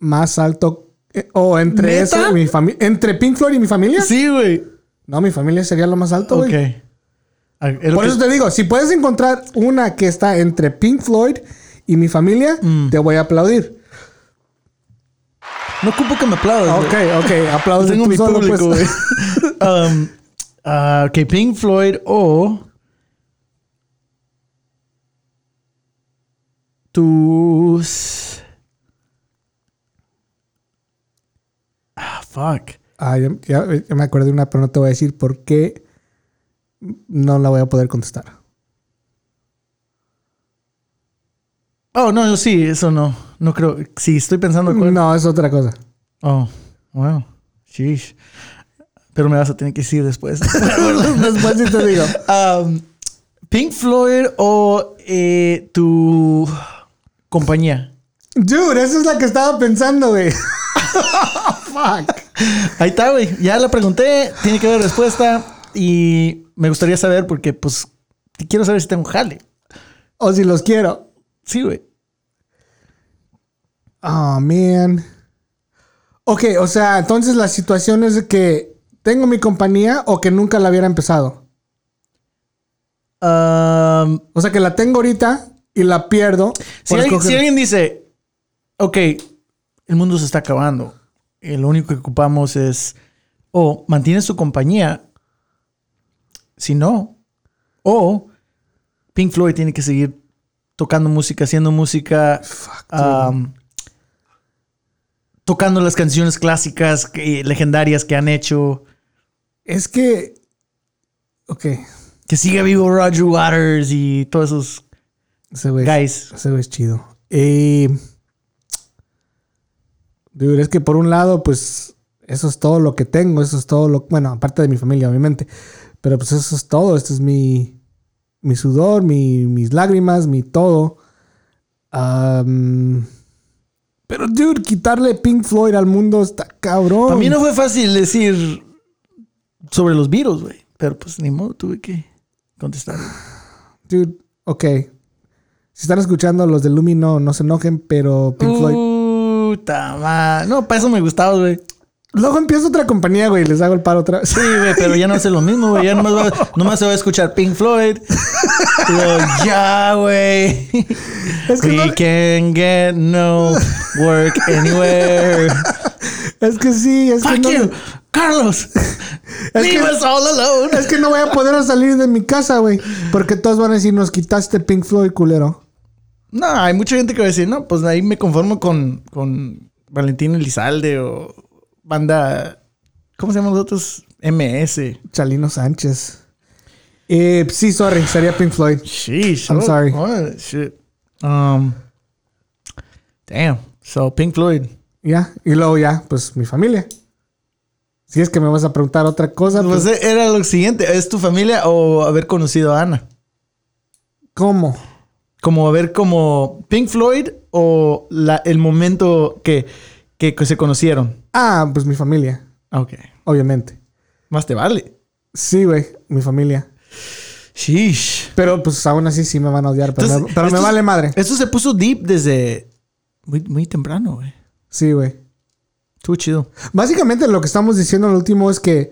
Más alto. eh, O entre ¿Neta? eso y mi familia. ¿Entre Pink Floyd y mi familia? Sí, güey. No, mi familia sería lo más alto, güey. Ok. Ah, es lo Por que- eso te digo, si puedes encontrar una que está entre Pink Floyd y mi familia, Mm. te voy a aplaudir. No ocupo que me aplaudas. Ok, güey. ok, aplaudo. Tengo tú mi solo, público, pues. <laughs> güey. Um, ah, ok, Pink Floyd o. Tus. Ah, fuck. Ah, ya, ya- ya me acuerdo de una, pero no te voy a decir por qué no la voy a poder contestar. Oh, no, no, Mm. sí, eso no. No creo. Sí, estoy pensando. cuál- No, es otra cosa. Oh, wow. Sheesh. Pero me vas a tener que decir <laughs> después. <laughs> Después sí te digo. Um, Pink Floyd o eh, tu compañía. <laughs> Dude, esa es la que estaba pensando, güey. <laughs> Fuck. Ahí está, güey. Ya la pregunté. Tiene que haber respuesta. Y me gustaría saber porque, pues, quiero saber si tengo jale. O si los quiero. Sí, güey. Oh, man. Ok, o sea, entonces la situación es de que tengo mi compañía o que nunca la hubiera empezado. Um, O sea, que la tengo ahorita y la pierdo. si, por alguien- escoger- si alguien dice, ok, el mundo se está acabando. y lo único que ocupamos es, o mantienes tu compañía, si no, o Pink Floyd tiene que seguir tocando música, haciendo música, um, tocando las canciones clásicas, que- legendarias que han hecho, Es que. Ok. que siga vivo Roger Waters y todos esos Ese güey. es- guys. Ese güey es chido. Eh, dude, es que por un lado, pues. Eso es todo lo que tengo. Eso es todo lo. Bueno, aparte de mi familia, obviamente. Pero pues eso es todo. Esto es mi. Mi sudor, mi- mis lágrimas, mi todo. Am, pero, dude, quitarle Pink Floyd al mundo está cabrón. Para mí no fue fácil decir sobre los virus, güey. Pero pues ni modo, tuve que contestar. Dude, ok. Si están escuchando los de Lumi, no, no se enojen, pero Pink Floyd. Uh. Puta madre. No, para eso me gustaba, güey. Luego empiezo otra compañía, güey, les hago el paro otra vez. Sí, güey, pero ya no hace lo mismo, güey. Ya nomás, <laughs> va- nomás se va a escuchar Pink Floyd. Pero ya, güey. Es que, We no- can get no work anywhere. es que sí, es que, Fuck no, you, Carlos. Leave que- us all alone. es que no voy a poder salir de mi casa, güey. Porque todos van a decir, nos quitaste Pink Floyd, culero. No, hay mucha gente que va a decir, no, pues ahí me conformo con, con Valentín Elizalde o banda. ¿Cómo se llaman los otros? MS. Chalino Sánchez. Eh, sí, sorry, sería Pink Floyd. Sheesh. I'm oh, sorry. oh, shit. Um, damn. So, Pink Floyd. Ya, y luego ya, pues mi familia. Si es que me vas a preguntar otra cosa, Pues pues, eh, era lo siguiente: ¿es tu familia o haber conocido a Ana? ¿cómo? Como haber como Pink Floyd o la- el momento que, que, que se conocieron. Ah, pues mi familia, Ok. obviamente. Más te vale. Sí, güey, mi familia. Sheesh. Pero pues aún así sí me van a odiar, pero, Entonces, me, pero me esto es- vale madre. Esto se puso deep desde muy, muy temprano, güey. Sí, güey. Estuvo chido. Básicamente lo que estamos diciendo al último es que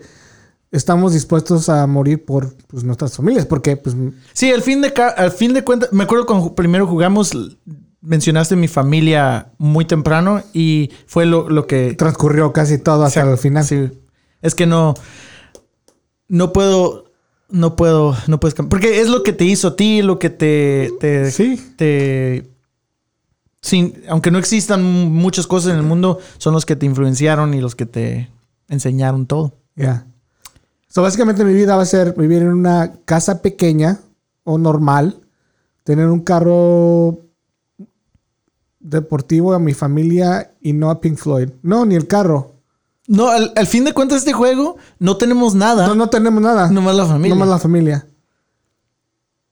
estamos dispuestos a morir por pues, nuestras familias, porque pues Sí, al fin de, ca- al fin de cuentas, me acuerdo cuando ju- primero jugamos, l- mencionaste mi familia muy temprano y fue lo, lo que... transcurrió casi todo hasta Sí. el final. Sí. Es que no... No puedo... No puedo... No puedes... cam- Porque es lo que te hizo a ti, lo que te... te Sí. te- sin, aunque no existan muchas cosas en el mundo, son los que te influenciaron y los que te enseñaron todo. Ya. So, básicamente mi vida va a ser vivir en una casa pequeña o normal, tener un carro deportivo a mi familia y no a Pink Floyd. No, ni el carro. No, al, al fin de cuentas este juego no tenemos nada, No, no tenemos nada. No, nomás Ah. la familia. Nomás la familia.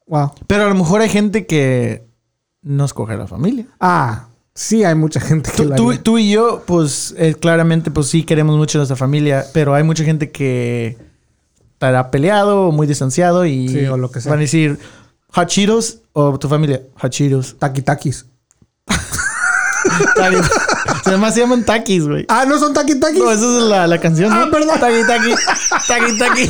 Wow. Pero a lo mejor hay gente que no escoge la familia. Ah, sí hay mucha gente que Tú, lo tú- haría. tú y yo, pues eh, claramente, pues sí queremos mucho a nuestra familia, pero hay mucha gente que estará peleado, o muy distanciado y Sí, o lo que sea. van a decir Hachiros o tu familia <laughs> Hachiros. Taquitaquis. Además se llaman Takis, güey. Ah, ¿no son taquitaquis? <laughs> No, esa es la, la canción. Ah, ¿no? perdón. Taki, taki. <laughs> Taki, taki.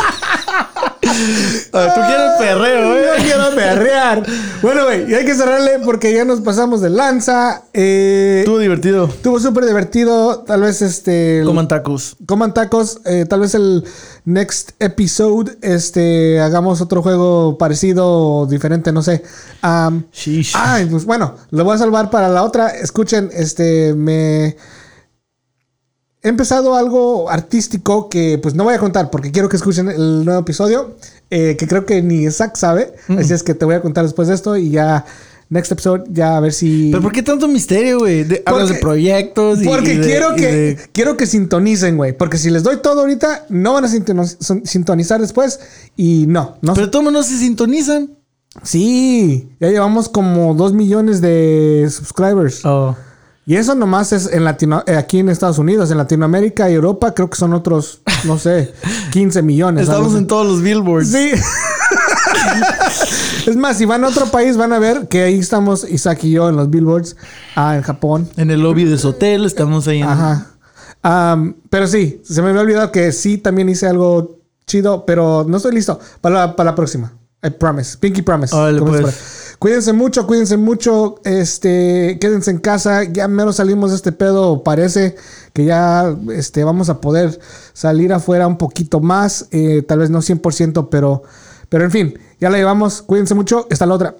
Ah, Tú quieres perreo, güey. Yo quiero perrear. Bueno, güey, y hay que cerrarle porque ya nos pasamos de lanza. Eh, Estuvo divertido. Estuvo súper divertido. Tal vez este. el- Coman tacos. coman tacos. Eh, tal vez el next episode. Este. Hagamos otro juego parecido o diferente, no sé. Am, Sheesh. ay, pues bueno, lo voy a salvar para la otra. Escuchen, este. Me. He empezado algo artístico que pues no voy a contar porque quiero que escuchen el Mm. nuevo episodio eh, que creo que ni Zach sabe. Así es que te voy a contar después de esto y ya next episode ya a ver si... ¿Pero por qué tanto misterio, güey? De- Hablas de Porque- proyectos y- Porque y de- quiero, y que, de- quiero que sintonicen, güey. Porque si les doy todo ahorita, no van a sintono- son- sintonizar después. Y no, no. Pero todos no se sintonizan. Sí, ya llevamos como 2 millones de subscribers. Oh. Y eso nomás es en Latino, eh, aquí en Estados Unidos. En Latinoamérica y Europa creo que son otros, no <laughs> sé, 15 millones. Estamos algo en todos los así. billboards. <laughs> Sí. es más, si van a otro país van a ver que ahí estamos Isaac y yo en los billboards. Ah, en Japón. En el lobby de su hotel, estamos ahí en... Ajá. Am, pero sí, se me había olvidado que sí también hice algo chido, pero no estoy listo para la, para la próxima. I promise. Pinky promise. Órale, Como pues. se puede. Cuídense mucho, cuídense mucho. Este, quédense en casa. Ya menos salimos de este pedo. Parece que ya este, vamos a poder salir afuera un poquito más. Eh, tal vez no 100%, pero, pero en fin, ya la llevamos. Cuídense mucho. Hasta la otra.